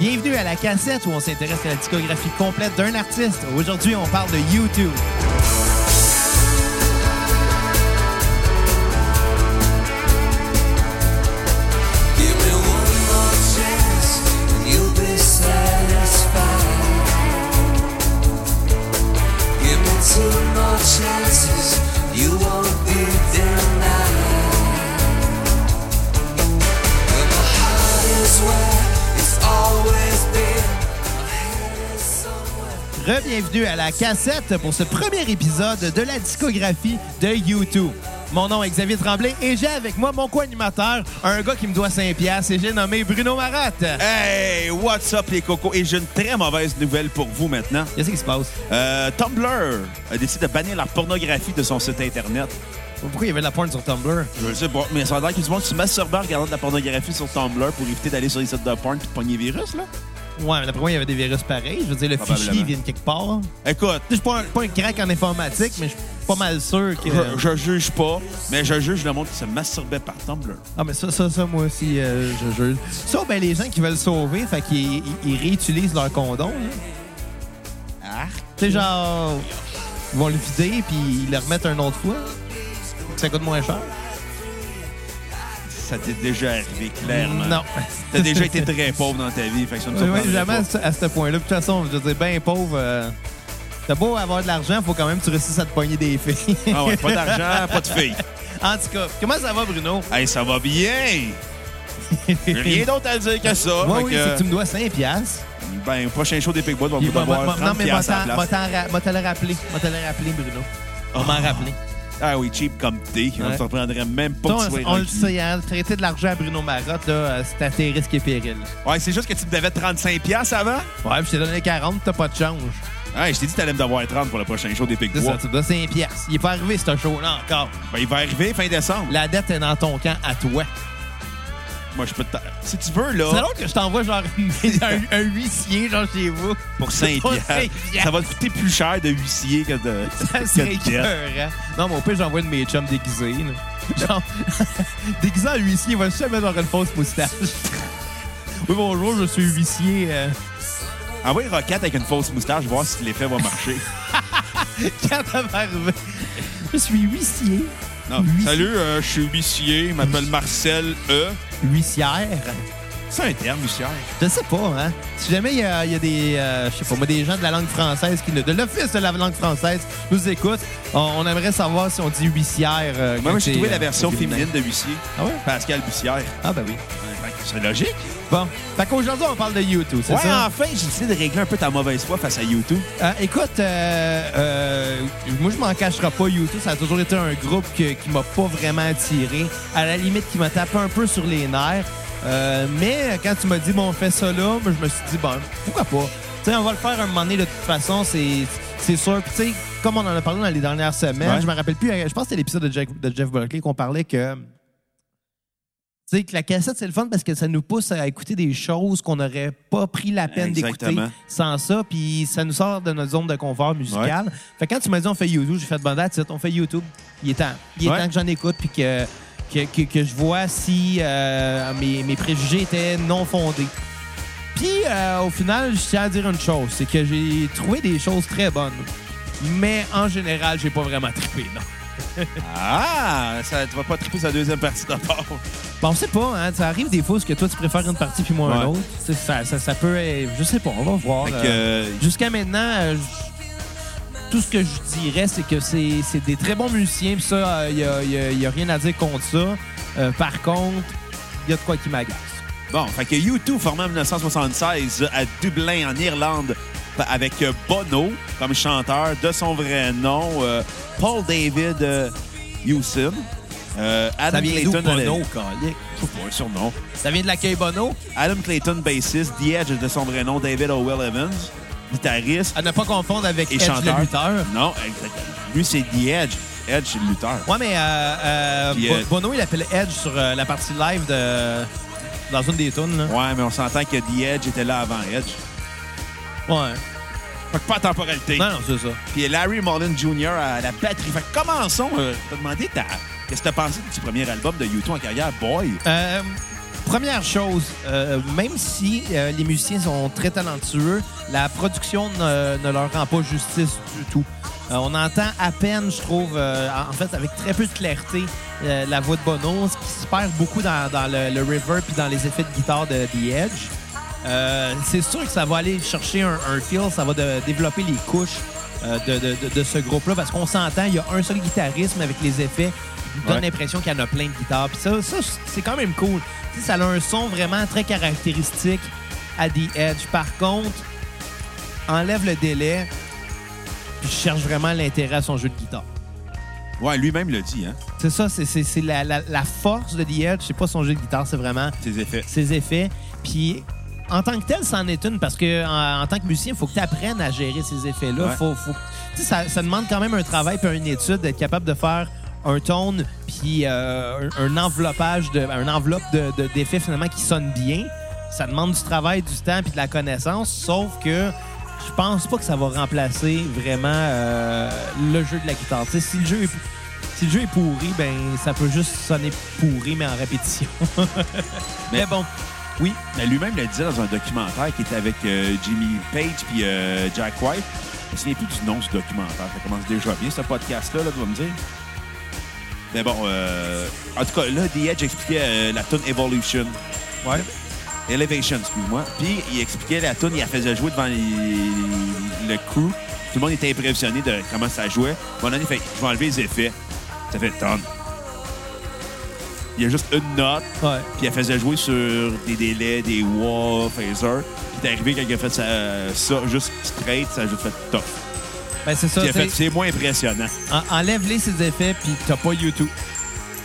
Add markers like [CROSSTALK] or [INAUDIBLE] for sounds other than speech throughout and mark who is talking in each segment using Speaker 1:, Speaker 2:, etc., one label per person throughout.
Speaker 1: Bienvenue à la cassette où on s'intéresse à la discographie complète d'un artiste. Aujourd'hui, on parle de YouTube.
Speaker 2: Give me one more chance, and you'll be satisfied. Give me two more chances, you won't be denied. But my heart is where it's always been. My head is somewhere.
Speaker 1: Re-bienvenue à la cassette pour ce premier épisode de la discographie de YouTube. Mon nom est Xavier Tremblay et j'ai avec moi mon co-animateur, un gars qui me doit 5 piastres et j'ai nommé Bruno Marotte.
Speaker 3: Hey, what's up les cocos? Et j'ai une très mauvaise nouvelle pour vous maintenant.
Speaker 1: Qu'est-ce qui se passe?
Speaker 3: Euh, Tumblr a décidé de bannir la pornographie de son site internet.
Speaker 1: Pourquoi il y avait de la porn sur Tumblr?
Speaker 3: Je sais pas, mais ça a l'air qu'il y a du monde qui se masturbe en regardant de la pornographie sur Tumblr pour éviter d'aller sur les sites de porn et de pogner virus, là.
Speaker 1: Ouais, mais d'après moi, il y avait des virus pareils. Je veux dire, le
Speaker 3: Probablement.
Speaker 1: fichier vient de quelque part.
Speaker 3: Écoute,
Speaker 1: Je suis pas, un- pas un crack en informatique, mais je suis pas mal sûr que...
Speaker 3: je, je juge pas, mais je juge le monde qui se masturbait par Tumblr.
Speaker 1: Ah, mais ça, ça, ça, moi aussi, euh, je juge. Ça, ben, les gens qui veulent sauver, fait qu'ils ils- ils réutilisent leur condom. là.
Speaker 3: Ah.
Speaker 1: Tu sais, genre, ils vont le vider, puis ils le remettent un autre fois. Ça coûte moins cher.
Speaker 3: Ça t'est déjà arrivé, clairement.
Speaker 1: Non.
Speaker 3: T'as
Speaker 1: [LAUGHS]
Speaker 3: déjà été très pauvre dans ta vie, fait que ça me
Speaker 1: Ouais,
Speaker 3: surprendrait
Speaker 1: jamais
Speaker 3: pas.
Speaker 1: à ce, à ce point-là. Puis, De toute façon, je veux dire, ben pauvre, euh, t'as beau avoir de l'argent, faut quand même que tu réussisses à te pogner des filles. [LAUGHS]
Speaker 3: Ah ouais, pas d'argent, pas de filles.
Speaker 1: en tout cas, comment ça va, Bruno?
Speaker 3: Hey, ça va bien! J'ai rien d'autre à dire que ça.
Speaker 1: Moi,
Speaker 3: fait
Speaker 1: oui,
Speaker 3: que-
Speaker 1: c'est que tu me dois 5 piastres.
Speaker 3: Ben, au prochain show des Big Boys, on va
Speaker 1: Puis
Speaker 3: vous
Speaker 1: va- va-
Speaker 3: avoir
Speaker 1: va- Non,
Speaker 3: 30
Speaker 1: mais va
Speaker 3: piastres à
Speaker 1: t'en
Speaker 3: la
Speaker 1: va
Speaker 3: place.
Speaker 1: t'en ra- va te le rappeler. Va te le rappeler, Bruno. On m'en rappeler.
Speaker 3: Ah oui, cheap comme t'es. On
Speaker 1: Ouais.
Speaker 3: ne te reprendrait même pas que
Speaker 1: On,
Speaker 3: tu sois
Speaker 1: on le
Speaker 3: rendu.
Speaker 1: sait, hein, traiter de l'argent à Bruno Marotte, là, euh, c'est à tes risques et périls.
Speaker 3: Ouais, c'est juste que tu me devais 35 piastres avant.
Speaker 1: Ouais, puis je t'ai donné 40, t'as pas de change.
Speaker 3: Ouais, je t'ai dit que t'allais me devoir 30 pour le prochain show des Big
Speaker 1: C'est ça,
Speaker 3: Boys.
Speaker 1: tu me donnes 5 piastres. Il est pas arrivé, ce show-là, encore.
Speaker 3: Ben, il va arriver fin décembre.
Speaker 1: La dette est dans ton camp, à toi.
Speaker 3: Moi, je peux te... Si tu veux,
Speaker 1: C'est
Speaker 3: là,
Speaker 1: l'autre que je t'envoie, genre, [LAUGHS] une- un, un huissier, genre, chez vous. [LAUGHS]
Speaker 3: pour 5
Speaker 1: Pour cinq
Speaker 3: piastres,
Speaker 1: piastres.
Speaker 3: ça va te coûter plus cher de huissier que de...
Speaker 1: [LAUGHS] Ça
Speaker 3: que
Speaker 1: serait
Speaker 3: de pièces.
Speaker 1: écœurant. Non, mais au pire, j'envoie une de mes chums déguisés. là. [LAUGHS] Genre, déguisé en huissier, il va jamais avoir une fausse moustache. [LAUGHS] Oui, bonjour, je suis huissier. euh,
Speaker 3: Envoie Rocket avec une fausse moustache, voir si l'effet va marcher.
Speaker 1: [LAUGHS] Quand ça va arriver, je suis huissier.
Speaker 3: Non.
Speaker 1: Huissier.
Speaker 3: Salut, euh, je suis huissier, je m'appelle Marcel E.
Speaker 1: Huissière.
Speaker 3: C'est un terme, huissière.
Speaker 1: Je sais pas, hein. Si jamais il y a, il y a des, euh, je sais pas, moi, des gens de la langue française, qui, ne- de l'Office de la langue française, nous écoutent, on, on aimerait savoir si on dit huissière. euh,
Speaker 3: Moi,
Speaker 1: quand
Speaker 3: j'ai
Speaker 1: t'es,
Speaker 3: trouvé la
Speaker 1: euh,
Speaker 3: version
Speaker 1: au féminin.
Speaker 3: féminine de huissier.
Speaker 1: Ah ouais?
Speaker 3: Pascal Bussière.
Speaker 1: Ah, ben oui.
Speaker 3: C'est logique.
Speaker 1: Bon. Fait qu'aujourd'hui, on parle de YouTube, c'est
Speaker 3: Ouais,
Speaker 1: ça?
Speaker 3: enfin, j'ai décidé de régler un peu ta mauvaise foi face à YouTube.
Speaker 1: Euh, écoute, euh, euh, moi, je m'en cacherai pas. YouTube, ça a toujours été un groupe que- qui m'a pas vraiment attiré. À la limite, qui m'a tapé un peu sur les nerfs. Euh, mais quand tu m'as dit, bon, on fait ça là, ben, je me suis dit, bon, pourquoi pas? Tu sais, on va le faire un moment donné, de toute façon, c'est c'est sûr. Puis, tu sais, comme on en a parlé dans les dernières semaines,
Speaker 3: Ouais.
Speaker 1: je me rappelle plus, euh, je pense que c'était l'épisode de, Jack- de Jeff Buckley qu'on parlait que. Tu sais, que la cassette, c'est le fun parce que ça nous pousse à écouter des choses qu'on n'aurait pas pris la peine d'écouter
Speaker 3: Exactement.
Speaker 1: sans ça, puis ça nous sort de notre zone de confort musical. Fait que quand tu m'as dit on fait YouTube, j'ai fait bandade, on fait YouTube. Il est temps. Il est
Speaker 3: Ouais.
Speaker 1: temps que j'en écoute, puis que, que, que, que je vois si euh, mes, mes préjugés étaient non fondés. Puis, euh, au final, je tiens à dire une chose, c'est que j'ai trouvé des choses très bonnes. Mais en général, j'ai pas vraiment trippé, non.
Speaker 3: Ah, ça tu vas pas triper sa deuxième partie d'abord.
Speaker 1: Bon, on sait pas, hein. Ça arrive des fois parce que toi, tu préfères une partie puis moi
Speaker 3: Ouais.
Speaker 1: un autre. Tu sais, Ça, ça, ça peut être- Je sais pas, on va voir.
Speaker 3: Fait que,
Speaker 1: euh,
Speaker 3: euh,
Speaker 1: Jusqu'à maintenant, euh, je- tout ce que je dirais, c'est que c'est c'est des très bons musiciens. Puis ça, il n'y a, rien à dire contre ça. Euh, par contre, il y a de quoi qui m'agace.
Speaker 3: bon, fait que U2, formé en 1976 à Dublin, en Irlande, pa- avec euh, Bono comme chanteur de son vrai nom, euh, Paul David euh, Hewson. Euh, Adam Clayton euh, à la-
Speaker 1: calique?
Speaker 3: Je sais pas, un surnom.
Speaker 1: Ça vient de l'accueil Bono,
Speaker 3: Adam Clayton, bassiste, The Edge de son vrai nom, David Howell Evans, guitariste
Speaker 1: à ne pas confondre avec
Speaker 3: et
Speaker 1: Edge
Speaker 3: chanteur.
Speaker 1: le lutteur.
Speaker 3: Non, exactement. Lui, c'est The Edge. Edge, c'est le lutteur.
Speaker 1: Ouais, mais euh, euh,
Speaker 3: Puis,
Speaker 1: Bo-
Speaker 3: euh,
Speaker 1: Bono, il appelle Edge sur euh, la partie live de... dans une des tunes. Là.
Speaker 3: Ouais, mais on s'entend que The Edge était là avant Edge.
Speaker 1: Ouais.
Speaker 3: Fait que pas en temporalité.
Speaker 1: Non, non, c'est ça.
Speaker 3: Puis Larry Mullen Jr. à la batterie. Fait que commençons. Euh, je t'ai demandé ta... qu'est-ce que t'as pensé du premier album de U2 en carrière, Boy?
Speaker 1: Euh, première chose, euh, même si euh, les musiciens sont très talentueux, la production ne, ne leur rend pas justice du tout. Euh, on entend à peine, je trouve, euh, en en fait, avec très peu de clarté, euh, la voix de Bono, ce qui se perd beaucoup dans, dans le, le reverb et dans les effets de guitare de The Edge. Euh, c'est sûr que ça va aller chercher un, un feel, ça va de- développer les couches euh, de, de- de- de ce groupe-là, parce qu'on s'entend, il y a un seul guitarisme avec les effets qui donne
Speaker 3: Ouais.
Speaker 1: l'impression qu'il y en a plein de guitares. Puis ça, ça, c'est quand même cool. Tu sais, ça a un son vraiment très caractéristique à The Edge. Par contre, enlève le délai, puis je cherche vraiment l'intérêt à son jeu de guitare.
Speaker 3: Ouais, lui-même le dit, hein,
Speaker 1: C'est ça, c'est- c'est c'est la, la- la force de The Edge, c'est pas son jeu de guitare, c'est vraiment
Speaker 3: ses effets.
Speaker 1: ses effets. Puis en tant que tel, c'en est une parce que en, en tant que musicien, il faut que tu apprennes à gérer ces effets-là.
Speaker 3: Ouais.
Speaker 1: Faut, faut- tu sais, ça, ça demande quand même un travail puis une étude d'être capable de faire un tone puis euh, un, un enveloppage de, un enveloppe de- de- d'effets finalement qui sonne bien. Ça demande du travail, du temps puis de la connaissance. Sauf que je pense pas que ça va remplacer vraiment euh, le jeu de la guitare. Tu sais, si le jeu est, si le jeu est pourri, ben ça peut juste sonner pourri mais en répétition. mais bon, oui.
Speaker 3: Mais lui-même le disait dans un documentaire qui était avec euh, Jimmy Page puis euh, Jack White. Je me souviens plus du nom, ce documentaire. Ça commence déjà bien, ce podcast-là, là, tu vas me dire. Mais bon, euh, en tout cas, là, The Edge expliquait euh, la tune Evolution.
Speaker 1: Ouais.
Speaker 3: Elevation, excuse-moi. Puis il expliquait la tune, il la faisait jouer devant les- le crew. Tout le monde était impressionné de comment ça jouait. Mon ami fait Je vais enlever les effets. Ça fait tonne. Il y a juste une note.
Speaker 1: Ouais.
Speaker 3: Puis elle faisait jouer sur des délais, des wah, phaser. Puis t'es arrivé quand il a fait ça, ça juste straight, ça a juste fait top.
Speaker 1: Ben, c'est ça.
Speaker 3: Puis il a fait,
Speaker 1: tu sais,
Speaker 3: c'est moins impressionnant.
Speaker 1: en- Enlève-les ces effets, puis t'as pas YouTube.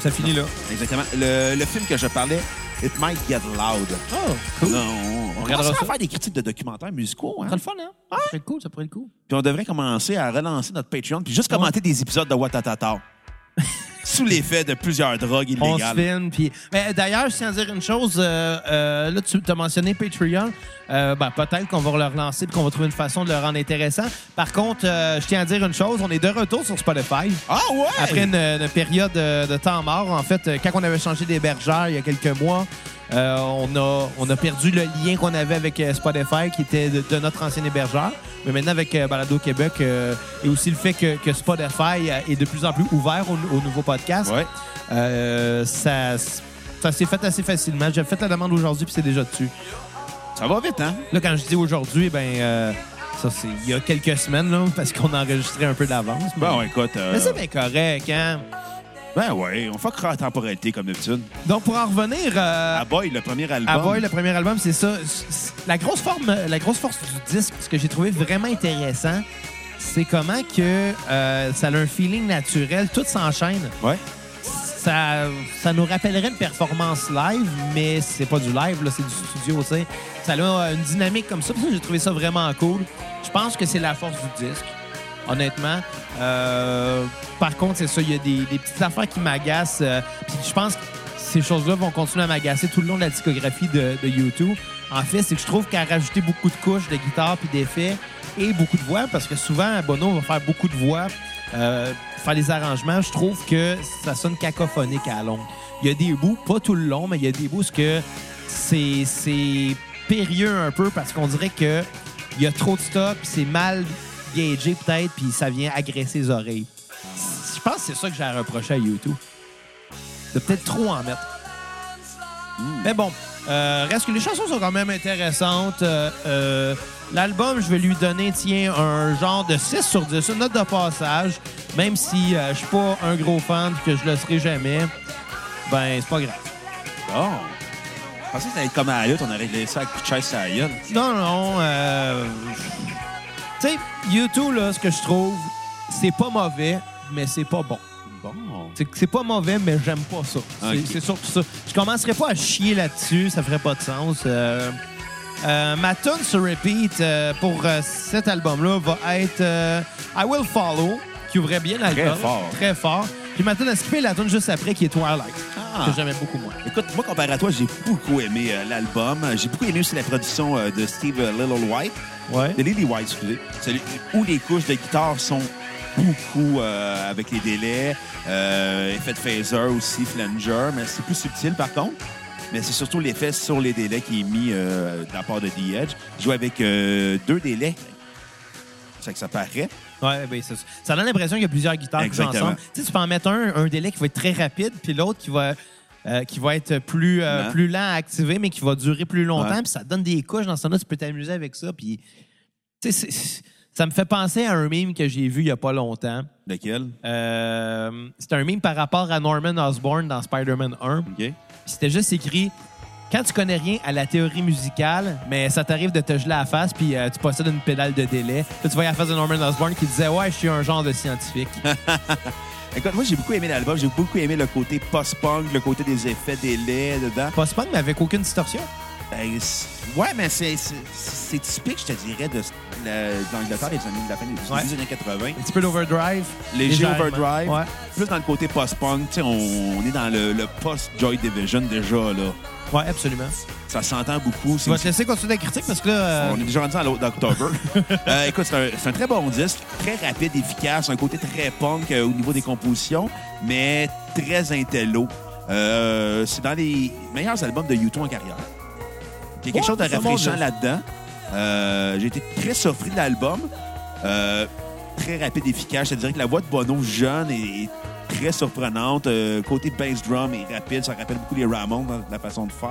Speaker 1: Ça finit là.
Speaker 3: Exactement. Le, le film que je parlais, It Might Get Loud.
Speaker 1: Oh,
Speaker 3: Non,
Speaker 1: cool.
Speaker 3: on, on
Speaker 1: regardera
Speaker 3: commencera
Speaker 1: ça.
Speaker 3: à faire des critiques de documentaires musicaux.
Speaker 1: Ça
Speaker 3: Hein?
Speaker 1: serait le fun, hein? Ça pourrait être cool, ça pourrait être cool.
Speaker 3: Puis on devrait commencer à relancer notre Patreon puis juste
Speaker 1: Ouais.
Speaker 3: commenter des épisodes de [LAUGHS] Watatata. Sous l'effet de plusieurs drogues
Speaker 1: On se
Speaker 3: illégales.
Speaker 1: filme, puis... Mais euh, D'ailleurs, je tiens à dire une chose. euh, euh, là, tu as mentionné Patreon. Euh, ben, Peut-être qu'on va le relancer et qu'on va trouver une façon de le rendre intéressant. Par contre, euh, je tiens à dire une chose. On est de retour sur Spotify.
Speaker 3: Ah ouais!
Speaker 1: Après une, une période euh, de, temps mort, en fait, euh, quand on avait changé d'hébergeur il y a quelques mois, euh, on, a, on a perdu le lien qu'on avait avec euh, Spotify, qui était de, de notre ancien hébergeur. Mais maintenant, avec euh, Balado Québec, euh, et aussi le fait que, que Spotify euh, est de plus en plus ouvert aux, aux nouveaux podcasts,
Speaker 3: Ouais.
Speaker 1: euh, ça, ça s'est fait assez facilement. J'ai fait la demande aujourd'hui, puis c'est déjà dessus.
Speaker 3: Ça va vite, hein?
Speaker 1: Là, quand je dis aujourd'hui, ben euh, ça, c'est il y a quelques semaines, là, parce qu'on a enregistré un peu d'avance. mais-
Speaker 3: Bon, écoute. euh,
Speaker 1: mais c'est bien correct, hein?
Speaker 3: ben ouais, on fait croire à la temporalité comme d'habitude.
Speaker 1: Donc, pour en revenir euh,
Speaker 3: Ah boy, le premier album.
Speaker 1: Avoy, le premier album, c'est ça. La grosse, forme, la grosse force du disque, ce que j'ai trouvé vraiment intéressant, c'est comment que euh, ça a un feeling naturel, tout s'enchaîne.
Speaker 3: Ouais.
Speaker 1: Ça, ça nous rappellerait une performance live, mais c'est pas du live, là, c'est du studio aussi. Ça a une dynamique comme ça, [LAUGHS] puis ça, j'ai trouvé ça vraiment cool. Je pense que c'est la force du disque, honnêtement. Euh, par contre, c'est ça, il y a des, des petites affaires qui m'agacent. euh, puis je pense que ces choses-là vont continuer à m'agacer tout le long de la discographie de, de YouTube. En fait, c'est que je trouve qu'à rajouter beaucoup de couches de guitare puis d'effets et beaucoup de voix, parce que souvent, Bono va faire beaucoup de voix, euh, faire les arrangements, je trouve que ça sonne cacophonique à la longue. Il y a des bouts, pas tout le long, mais il y a des bouts où ce que c'est c'est périlleux un peu parce qu'on dirait que il y a trop de stops, c'est mal gagé peut-être, puis ça vient agresser les oreilles. Je pense que c'est ça que j'ai à reprocher à YouTube. De peut-être trop en mettre. Mais bon, euh, reste que les chansons sont quand même intéressantes. Euh, euh, L'album, je vais lui donner, tiens, un genre de 6 sur 10, une note de passage. Même si euh, je suis pas un gros fan et que je le serai jamais, ben, c'est pas grave.
Speaker 3: Bon. Je pensais que ça allait être comme à la lutte, on aurait laissé à coup de chaise à la gueule.
Speaker 1: Non, non. Euh... Tu sais, YouTube, là, ce que je trouve, c'est pas mauvais, mais c'est pas bon.
Speaker 3: Bon.
Speaker 1: C'est que c'est pas mauvais, mais j'aime pas ça. C'est
Speaker 3: Ok.
Speaker 1: c'est surtout ça. Je commencerai pas à chier là-dessus, ça ferait pas de sens. Euh, euh, ma tune sur repeat euh, pour euh, cet album-là va être euh, I Will Follow, qui ouvrait bien l'album.
Speaker 3: fort.
Speaker 1: Très fort. Puis ma tune à skipper, la tune juste après, qui est Twilight,
Speaker 3: Ah.
Speaker 1: que j'aimais beaucoup moins.
Speaker 3: Écoute, moi, comparé à toi, j'ai beaucoup aimé euh, l'album. J'ai beaucoup aimé aussi la production euh, de Steve euh, Little White,
Speaker 1: Ouais.
Speaker 3: de Lily White, excusez, celui où les couches de guitare sont beaucoup euh, avec les délais, euh, effet de phaser aussi, flanger, mais c'est plus subtil par contre. mais c'est surtout l'effet sur les délais qui est mis euh, de la part de The Edge. Il joue avec euh, deux délais. C'est que ça paraît.
Speaker 1: Ouais, ben, c'est ça. Ça donne l'impression qu'il y a plusieurs guitares qui jouent
Speaker 3: Exactement.
Speaker 1: ensemble. Tu sais, tu peux en mettre un, un délai qui va être très rapide, puis l'autre qui va. euh, qui va être plus, euh,
Speaker 3: Lent.
Speaker 1: plus lent à activer, mais qui va durer plus longtemps.
Speaker 3: Ouais.
Speaker 1: Puis ça te donne des couches. Dans ce temps-là, tu peux t'amuser avec ça. Puis, tu sais, c'est- ça me fait penser à un meme que j'ai vu il n'y a pas longtemps.
Speaker 3: Lequel?
Speaker 1: Euh, c'est un meme par rapport à Norman Osborn dans Spider-Man 1.
Speaker 3: OK.
Speaker 1: Puis c'était juste écrit quand tu connais rien à la théorie musicale, mais ça t'arrive de te geler à la face, puis euh, tu possèdes une pédale de délai. Là, tu voyais la face de Norman Osborn qui disait Ouais, je suis un genre de scientifique.
Speaker 3: Écoute, moi, j'ai beaucoup aimé l'album. J'ai beaucoup aimé le côté post-punk, le côté des effets délais dedans.
Speaker 1: Post-punk, mais avec aucune distorsion.
Speaker 3: Ben, c'est- ouais, mais c'est- c'est c'est typique, je te dirais, de la- de l'Angleterre des années de la fin des
Speaker 1: Ouais.
Speaker 3: des années 80.
Speaker 1: Un petit peu d'overdrive.
Speaker 3: Léger
Speaker 1: légèrement.
Speaker 3: overdrive.
Speaker 1: Ouais.
Speaker 3: Plus dans le côté post-punk, tu sais, on, on est dans le, le post-Joy Division déjà, là.
Speaker 1: ouais, absolument.
Speaker 3: Ça s'entend beaucoup.
Speaker 1: Tu
Speaker 3: C'est
Speaker 1: vas te laisser continuer la critique parce que là. euh,
Speaker 3: On est déjà rendu à l'autre d'October. Euh, écoute, c'est un, c'est un très bon disque, très rapide, efficace, un côté très punk euh, au niveau des compositions, mais très intello. Euh, c'est dans les meilleurs albums de U2 en carrière. Il y a quelque
Speaker 1: Ouais,
Speaker 3: chose de
Speaker 1: c'est un bon
Speaker 3: rafraîchissant
Speaker 1: disque.
Speaker 3: là-dedans. Euh, J'ai été très surpris de l'album. Euh, très rapide, efficace. Je te dirais que la voix de Bono jeune est, est très surprenante. Euh, côté bass drum est rapide. Ça rappelle beaucoup les Ramones dans la façon de faire.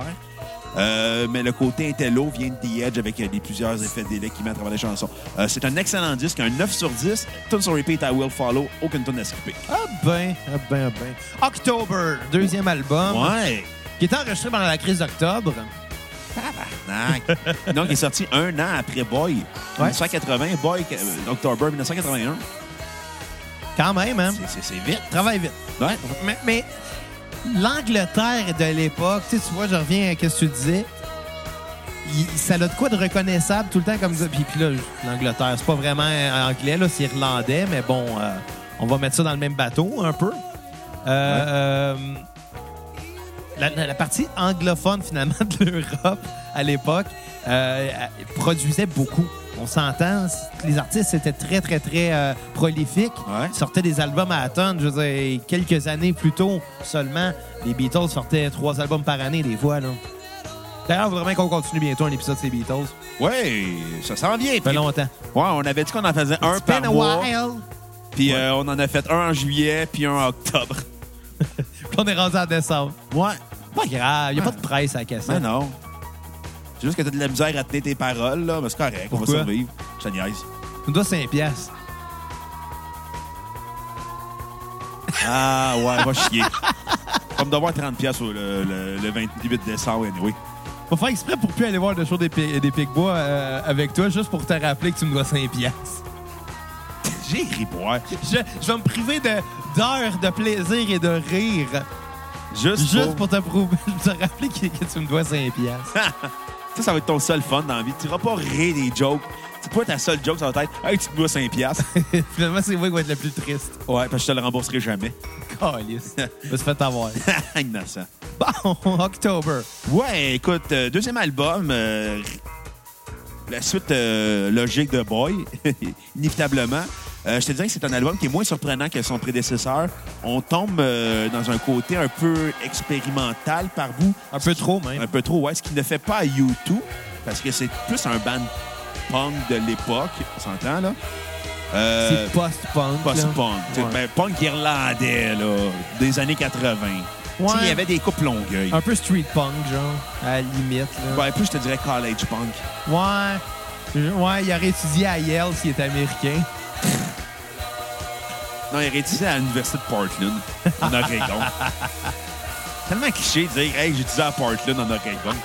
Speaker 3: Euh, mais le côté intello vient de The Edge avec euh, les plusieurs effets délais qu'il met à travers les chansons. Euh, c'est un excellent disque, un 9 sur 10. Tune sur repeat, I will follow. Aucune tune à skipper.
Speaker 1: Ah ben, ah ben, ah ben. October, deuxième album,
Speaker 3: Ouais!
Speaker 1: qui est enregistré pendant la crise d'octobre.
Speaker 3: Tabarnak. donc, il est sorti un an après Boy.
Speaker 1: Ouais.
Speaker 3: 1980, Boy, euh, October 1981.
Speaker 1: Hein? Quand même, hein?
Speaker 3: C'est- c'est- C'est vite.
Speaker 1: Travaille vite.
Speaker 3: Ouais.
Speaker 1: Mais, mais l'Angleterre de l'époque, tu sais, tu vois, je reviens à ce que tu disais. Il- ça a de quoi de reconnaissable tout le temps comme ça. Puis, puis là, l'Angleterre, c'est pas vraiment anglais, là, c'est irlandais, mais bon, euh, on va mettre ça dans le même bateau un peu. Euh, euh, la, la- la partie anglophone, finalement, de l'Europe à l'époque euh, elle produisait beaucoup. On s'entend, c'est- les artistes étaient très, très, très euh, prolifiques.
Speaker 3: Ouais.
Speaker 1: Ils sortaient des albums à attendre. Je veux dire, quelques années plus tôt seulement, les Beatles sortaient trois albums par année, des fois. là. D'ailleurs, vraiment qu'on continue bientôt un épisode des Beatles. Ça
Speaker 3: Ouais, ça s'en vient.
Speaker 1: fait
Speaker 3: Puis-
Speaker 1: longtemps.
Speaker 3: Ouais, on avait dit qu'on en faisait un
Speaker 1: It's been
Speaker 3: par
Speaker 1: a
Speaker 3: mois.
Speaker 1: while.
Speaker 3: Puis euh, on en a fait un en juillet, puis un en octobre.
Speaker 1: Puis on est rendu en décembre.
Speaker 3: Ouais.
Speaker 1: Pas grave, il a pas de presse à la cassette.
Speaker 3: Mais non. C'est juste que t'as de la misère à tenir tes paroles, là, mais c'est correct, on
Speaker 1: Pourquoi?
Speaker 3: va survivre. Je te niaise.
Speaker 1: Tu me dois 5 piastres.
Speaker 3: Ah ouais, va
Speaker 1: [LAUGHS]
Speaker 3: chier. Comme devoir 30$ piastres le, le, le 28 décembre, anyway.
Speaker 1: Faut faire exprès pour plus aller voir le show des, Pi- des Pic-Bois euh, avec toi, juste pour te rappeler que tu me dois 5 piastres.
Speaker 3: J'ai ri pour rien.
Speaker 1: Je, je vais me priver de- d'heures de plaisir et de rire
Speaker 3: Juste,
Speaker 1: juste pour te, prouver, [LAUGHS] te rappeler que, que tu me dois 5 piastres.
Speaker 3: [LAUGHS] Ça, ça va être ton seul fun dans la vie. Tu vas pas rire des jokes. C'est pas ta seule joke, ça va être « Hey, tu te dois 5$. piastres.
Speaker 1: Finalement, c'est moi qui vais être le plus triste. »
Speaker 3: Ouais, parce que je te le rembourserai jamais. [LAUGHS]
Speaker 1: Calice. Je me suis fait avoir.
Speaker 3: Innocent.
Speaker 1: Bon, [LAUGHS] October.
Speaker 3: Ouais, écoute, euh, deuxième album, euh, la suite euh, logique de Boy, [LAUGHS] inévitablement. Euh, je te dirais que c'est un album qui est moins surprenant que son prédécesseur. On tombe euh, dans un côté un peu expérimental par bout.
Speaker 1: Un peu trop, même.
Speaker 3: Un peu trop, ouais. Ce qui ne fait pas à U2, parce que c'est plus un band punk de l'époque, on s'entend, là? Euh,
Speaker 1: C'est post-punk. là.
Speaker 3: post-punk. tu sais,
Speaker 1: Ouais.
Speaker 3: ben, punk irlandais, là, des années 80. Tu sais,
Speaker 1: Ouais.
Speaker 3: Il y avait des coupes longueuil.
Speaker 1: Un peu street punk, genre, à la limite. Là.
Speaker 3: Ben, plus, je te dirais college punk.
Speaker 1: Ouais. Je- Ouais, il aurait étudié à Yale s'il était américain.
Speaker 3: Non, il réutilisait à l'Université de Portland, en
Speaker 1: [LAUGHS]
Speaker 3: Oregon. Tellement cliché de dire, hey, j'étudiais à Portland, en Oregon.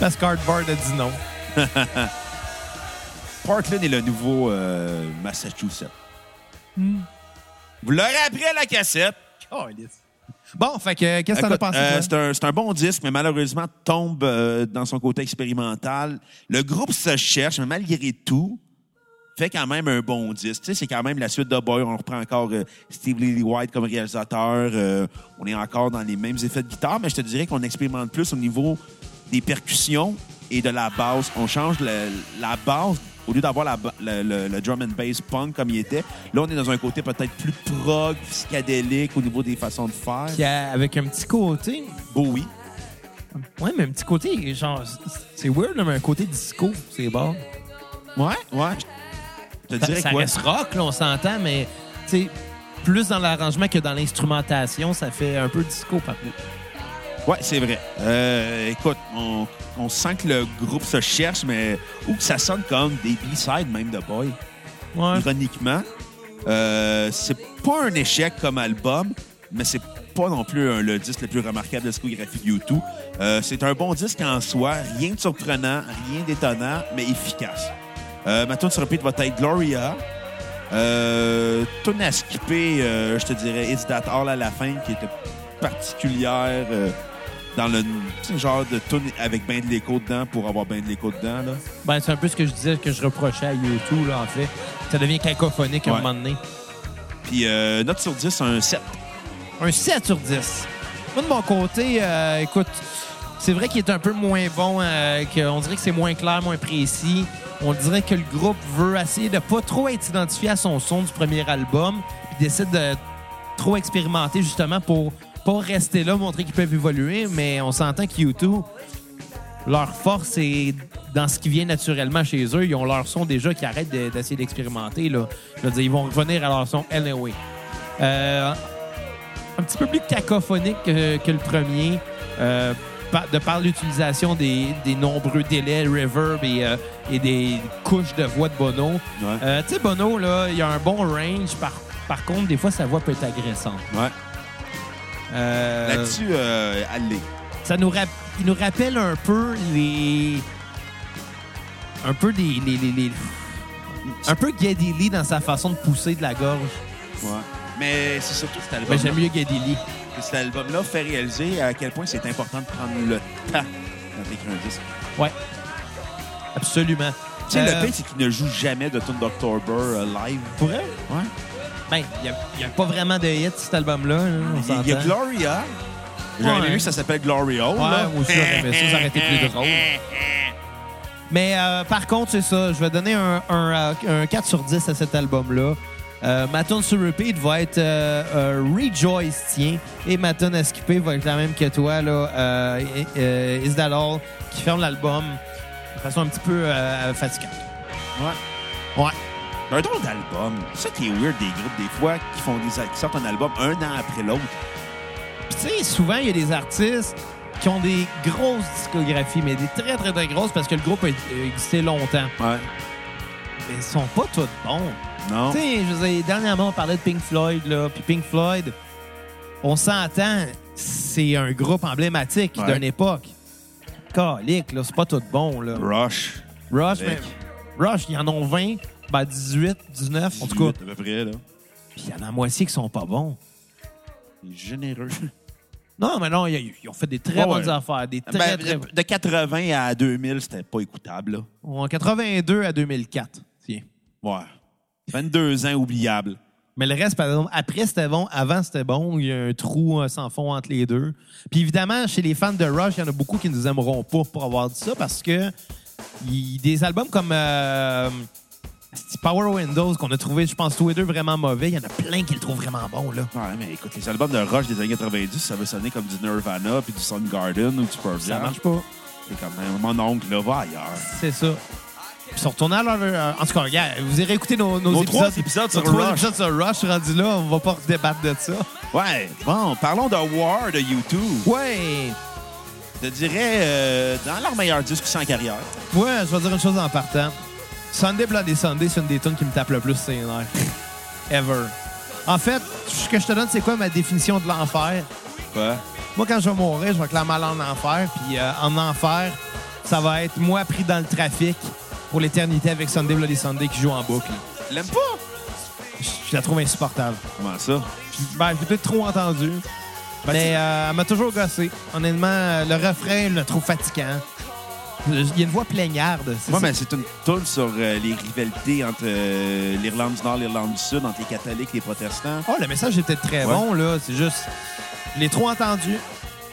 Speaker 1: Parce qu'Hardboard a dit non.
Speaker 3: Portland est le nouveau euh, Massachusetts.
Speaker 1: Hmm.
Speaker 3: Vous l'aurez appris à la cassette.
Speaker 1: Calice. Oh, Bon, fait que, qu'est-ce que t'en as
Speaker 3: Écoute,
Speaker 1: pensé,
Speaker 3: euh,
Speaker 1: toi?
Speaker 3: c'est un, c'est un bon disque, mais malheureusement tombe euh, dans son côté expérimental. Le groupe se cherche, mais malgré tout, fait quand même un bon disque. Tu sais, c'est quand même la suite de Boy. On reprend encore euh, Steve Lillywhite White comme réalisateur. Euh, on est encore dans les mêmes effets de guitare, mais je te dirais qu'on expérimente plus au niveau des percussions et de la basse. On change le- la basse. Au lieu d'avoir la ba- le, le- le drum and bass punk comme il était, là, on est dans un côté peut-être plus
Speaker 1: euh,
Speaker 3: prog, psychédélique au niveau des façons de faire.
Speaker 1: Qui a- avec un petit côté
Speaker 3: Bowie.
Speaker 1: Ouais, mais un petit côté, genre, c'est- c'est weird, là, mais un côté disco, c'est bon.
Speaker 3: Ouais, ouais. Je te
Speaker 1: Ça,
Speaker 3: dirais
Speaker 1: ça
Speaker 3: quoi?
Speaker 1: reste rock, là, on s'entend, mais tu sais, plus dans l'arrangement que dans l'instrumentation, ça fait un peu disco par bout.
Speaker 3: Ouais, c'est vrai. Euh, écoute, on, on sent que le groupe se cherche, mais ou que ça sonne comme des B-sides même de Boy,
Speaker 1: Ouais.
Speaker 3: ironiquement. Euh, c'est pas un échec comme album, mais c'est pas non plus un- le disque le plus remarquable de la discographie de U2. Euh, c'est un bon disque en soi, rien de surprenant, rien d'étonnant, mais efficace. Euh, ma tune sur repeat va être Gloria. Euh, tune à skipper, euh, je te dirais It's That All à la fin, qui était particulière euh, dans le petit genre de tune avec ben de l'écho dedans pour avoir ben de l'écho dedans. Là.
Speaker 1: Ben, c'est un peu ce que je disais, que je reprochais à YouTube, là, en fait. Ça devient cacophonique à
Speaker 3: Ouais.
Speaker 1: un moment donné.
Speaker 3: Puis euh, note sur 10, un 7.
Speaker 1: Un 7 sur 10. Moi, de mon côté, euh, écoute, c'est vrai qu'il est un peu moins bon, euh, que- on dirait que c'est moins clair, moins précis. On dirait que le groupe veut essayer de pas trop être identifié à son son du premier album, puis décide de trop expérimenter justement pour pas rester là, montrer qu'ils peuvent évoluer, mais on s'entend que YouTube, leur force c'est dans ce qui vient naturellement chez eux. Ils ont leur son déjà qui arrête de- d'essayer d'expérimenter. Là. Je veux dire, ils vont revenir à leur son anyway. Euh, un petit peu plus cacophonique que, que le premier, euh, par- de par l'utilisation des, des nombreux délais, reverb et, euh, et des couches de voix de Bono.
Speaker 3: Ouais.
Speaker 1: Euh, tu sais, Bono, là, il a un bon range. Par, par contre, des fois, sa voix peut être agressante.
Speaker 3: Ouais.
Speaker 1: Euh,
Speaker 3: Là-dessus, euh, allez.
Speaker 1: ça nous, rap- il nous rappelle un peu les. Un peu des. les- les- les- Un peu Geddy Lee dans sa façon de pousser de la gorge.
Speaker 3: Ouais. Mais c'est surtout cet
Speaker 1: Mais
Speaker 3: album.
Speaker 1: j'aime mieux Geddy Lee.
Speaker 3: Cet album-là fait réaliser à quel point c'est important de prendre le temps quand t'écris un disque.
Speaker 1: Ouais. Absolument.
Speaker 3: Tu sais,
Speaker 1: Euh,
Speaker 3: le pire, c'est qu'il ne joue jamais de tune d'October euh, live.
Speaker 1: Pour elle?
Speaker 3: Ouais.
Speaker 1: Ben, il n'y a, pas vraiment de hit cet album-là. hein, on
Speaker 3: Il y a- il y a
Speaker 1: s'entend.
Speaker 3: Gloria. J'aurais
Speaker 1: Ouais.
Speaker 3: aimé que ça s'appelle Gloria.
Speaker 1: Ouais, moi aussi, j'aurais aimé ça, ça aurait été plus drôle. Mais euh, par contre, c'est ça. Je vais donner un, un, euh, un 4 sur 10 à cet album-là. Euh, ma tune sur repeat va être euh, euh, Rejoice, tiens. Et ma tune à skipper va être la même que toi, là. Euh, euh, Is That All, qui ferme l'album de façon un petit peu euh, fatigante.
Speaker 3: Ouais.
Speaker 1: Ouais.
Speaker 3: Un drôle d'album. C'est ça qui est weird des groupes, des fois, qui, font des, qui sortent un album un an après l'autre.
Speaker 1: Puis tu sais, souvent, il y a des artistes qui ont des grosses discographies, mais des très, très, très grosses parce que le groupe a a existé longtemps.
Speaker 3: Ouais.
Speaker 1: Mais ils sont pas tous bons.
Speaker 3: Non.
Speaker 1: Tu sais, je veux dire, dernièrement, on parlait de Pink Floyd, là. Puis Pink Floyd, on s'entend, c'est un groupe emblématique
Speaker 3: Ouais.
Speaker 1: d'une époque. Calique, là, c'est pas tout bon, là.
Speaker 3: Rush.
Speaker 1: Rush,
Speaker 3: Avec.
Speaker 1: mais- Rush, ils en ont 20, ben 18, 19, en tout cas.
Speaker 3: 18 À peu près, là.
Speaker 1: Puis il y en a la moitié qui sont pas bons.
Speaker 3: Il est Généreux.
Speaker 1: Non, mais non, ils ils ont fait des très
Speaker 3: Ouais,
Speaker 1: bonnes
Speaker 3: ouais.
Speaker 1: affaires, des très,
Speaker 3: Ben,
Speaker 1: très...
Speaker 3: de, de 80 à 2000, c'était pas écoutable, là.
Speaker 1: En 82 à 2004, tiens.
Speaker 3: Ouais. 22 ans oubliable.
Speaker 1: Mais le reste, par exemple, après, c'était bon. Avant, c'était bon. Il y a un trou euh, sans fond entre les deux. Puis évidemment, chez les fans de Rush, il y en a beaucoup qui nous aimeront pas pour avoir dit ça parce que il- des albums comme euh, Power Windows qu'on a trouvé, je pense, tous les deux vraiment mauvais, il y en a plein qui le trouvent vraiment bon, là.
Speaker 3: Ouais, mais écoute, les albums de Rush des années 90, ça veut sonner comme du Nirvana puis du Soundgarden ou du Pearl
Speaker 1: Ça
Speaker 3: Jam.
Speaker 1: marche pas.
Speaker 3: C'est quand même mon oncle, là, va ailleurs.
Speaker 1: C'est ça. Puis ils sont retournés à leur... euh, En tout cas, regarde, vous irez écouter nos, nos
Speaker 3: Nos
Speaker 1: épisodes.
Speaker 3: trois épisodes sur
Speaker 1: nos trois
Speaker 3: Rush.
Speaker 1: épisodes sur Rush, rendu là, on va pas débattre de ça.
Speaker 3: Ouais, bon, parlons de War de U2.
Speaker 1: Ouais!
Speaker 3: Je te dirais, euh, dans leur meilleur disque sans carrière.
Speaker 1: Ouais, je vais dire une chose en partant. Sunday Bloody Sunday, c'est une des tunes qui me tape le plus sur les nerfs. Ever. En fait, ce que je te donne, c'est quoi ma définition de l'enfer?
Speaker 3: Quoi?
Speaker 1: Moi, quand je vais mourir, je vais clairement aller en enfer. Puis euh, en enfer, ça va être moi pris dans le trafic pour l'éternité avec Sunday Bloody Sunday qui joue en boucle.
Speaker 3: L'aime pas?
Speaker 1: Je je la trouve insupportable.
Speaker 3: Comment ça?
Speaker 1: Ben, j'ai peut-être trop entendu. mais euh, elle m'a toujours gossé. Honnêtement, euh, le refrain, je le trouve fatigant. Il y a une voix plaignarde. c'est
Speaker 3: Moi,
Speaker 1: ça.
Speaker 3: mais c'est une toune sur euh, les rivalités entre euh, l'Irlande du Nord et l'Irlande du Sud, entre les catholiques et les protestants.
Speaker 1: Oh, le message est peut-être très
Speaker 3: Ouais.
Speaker 1: bon, là. C'est juste. Je l'ai trop entendu.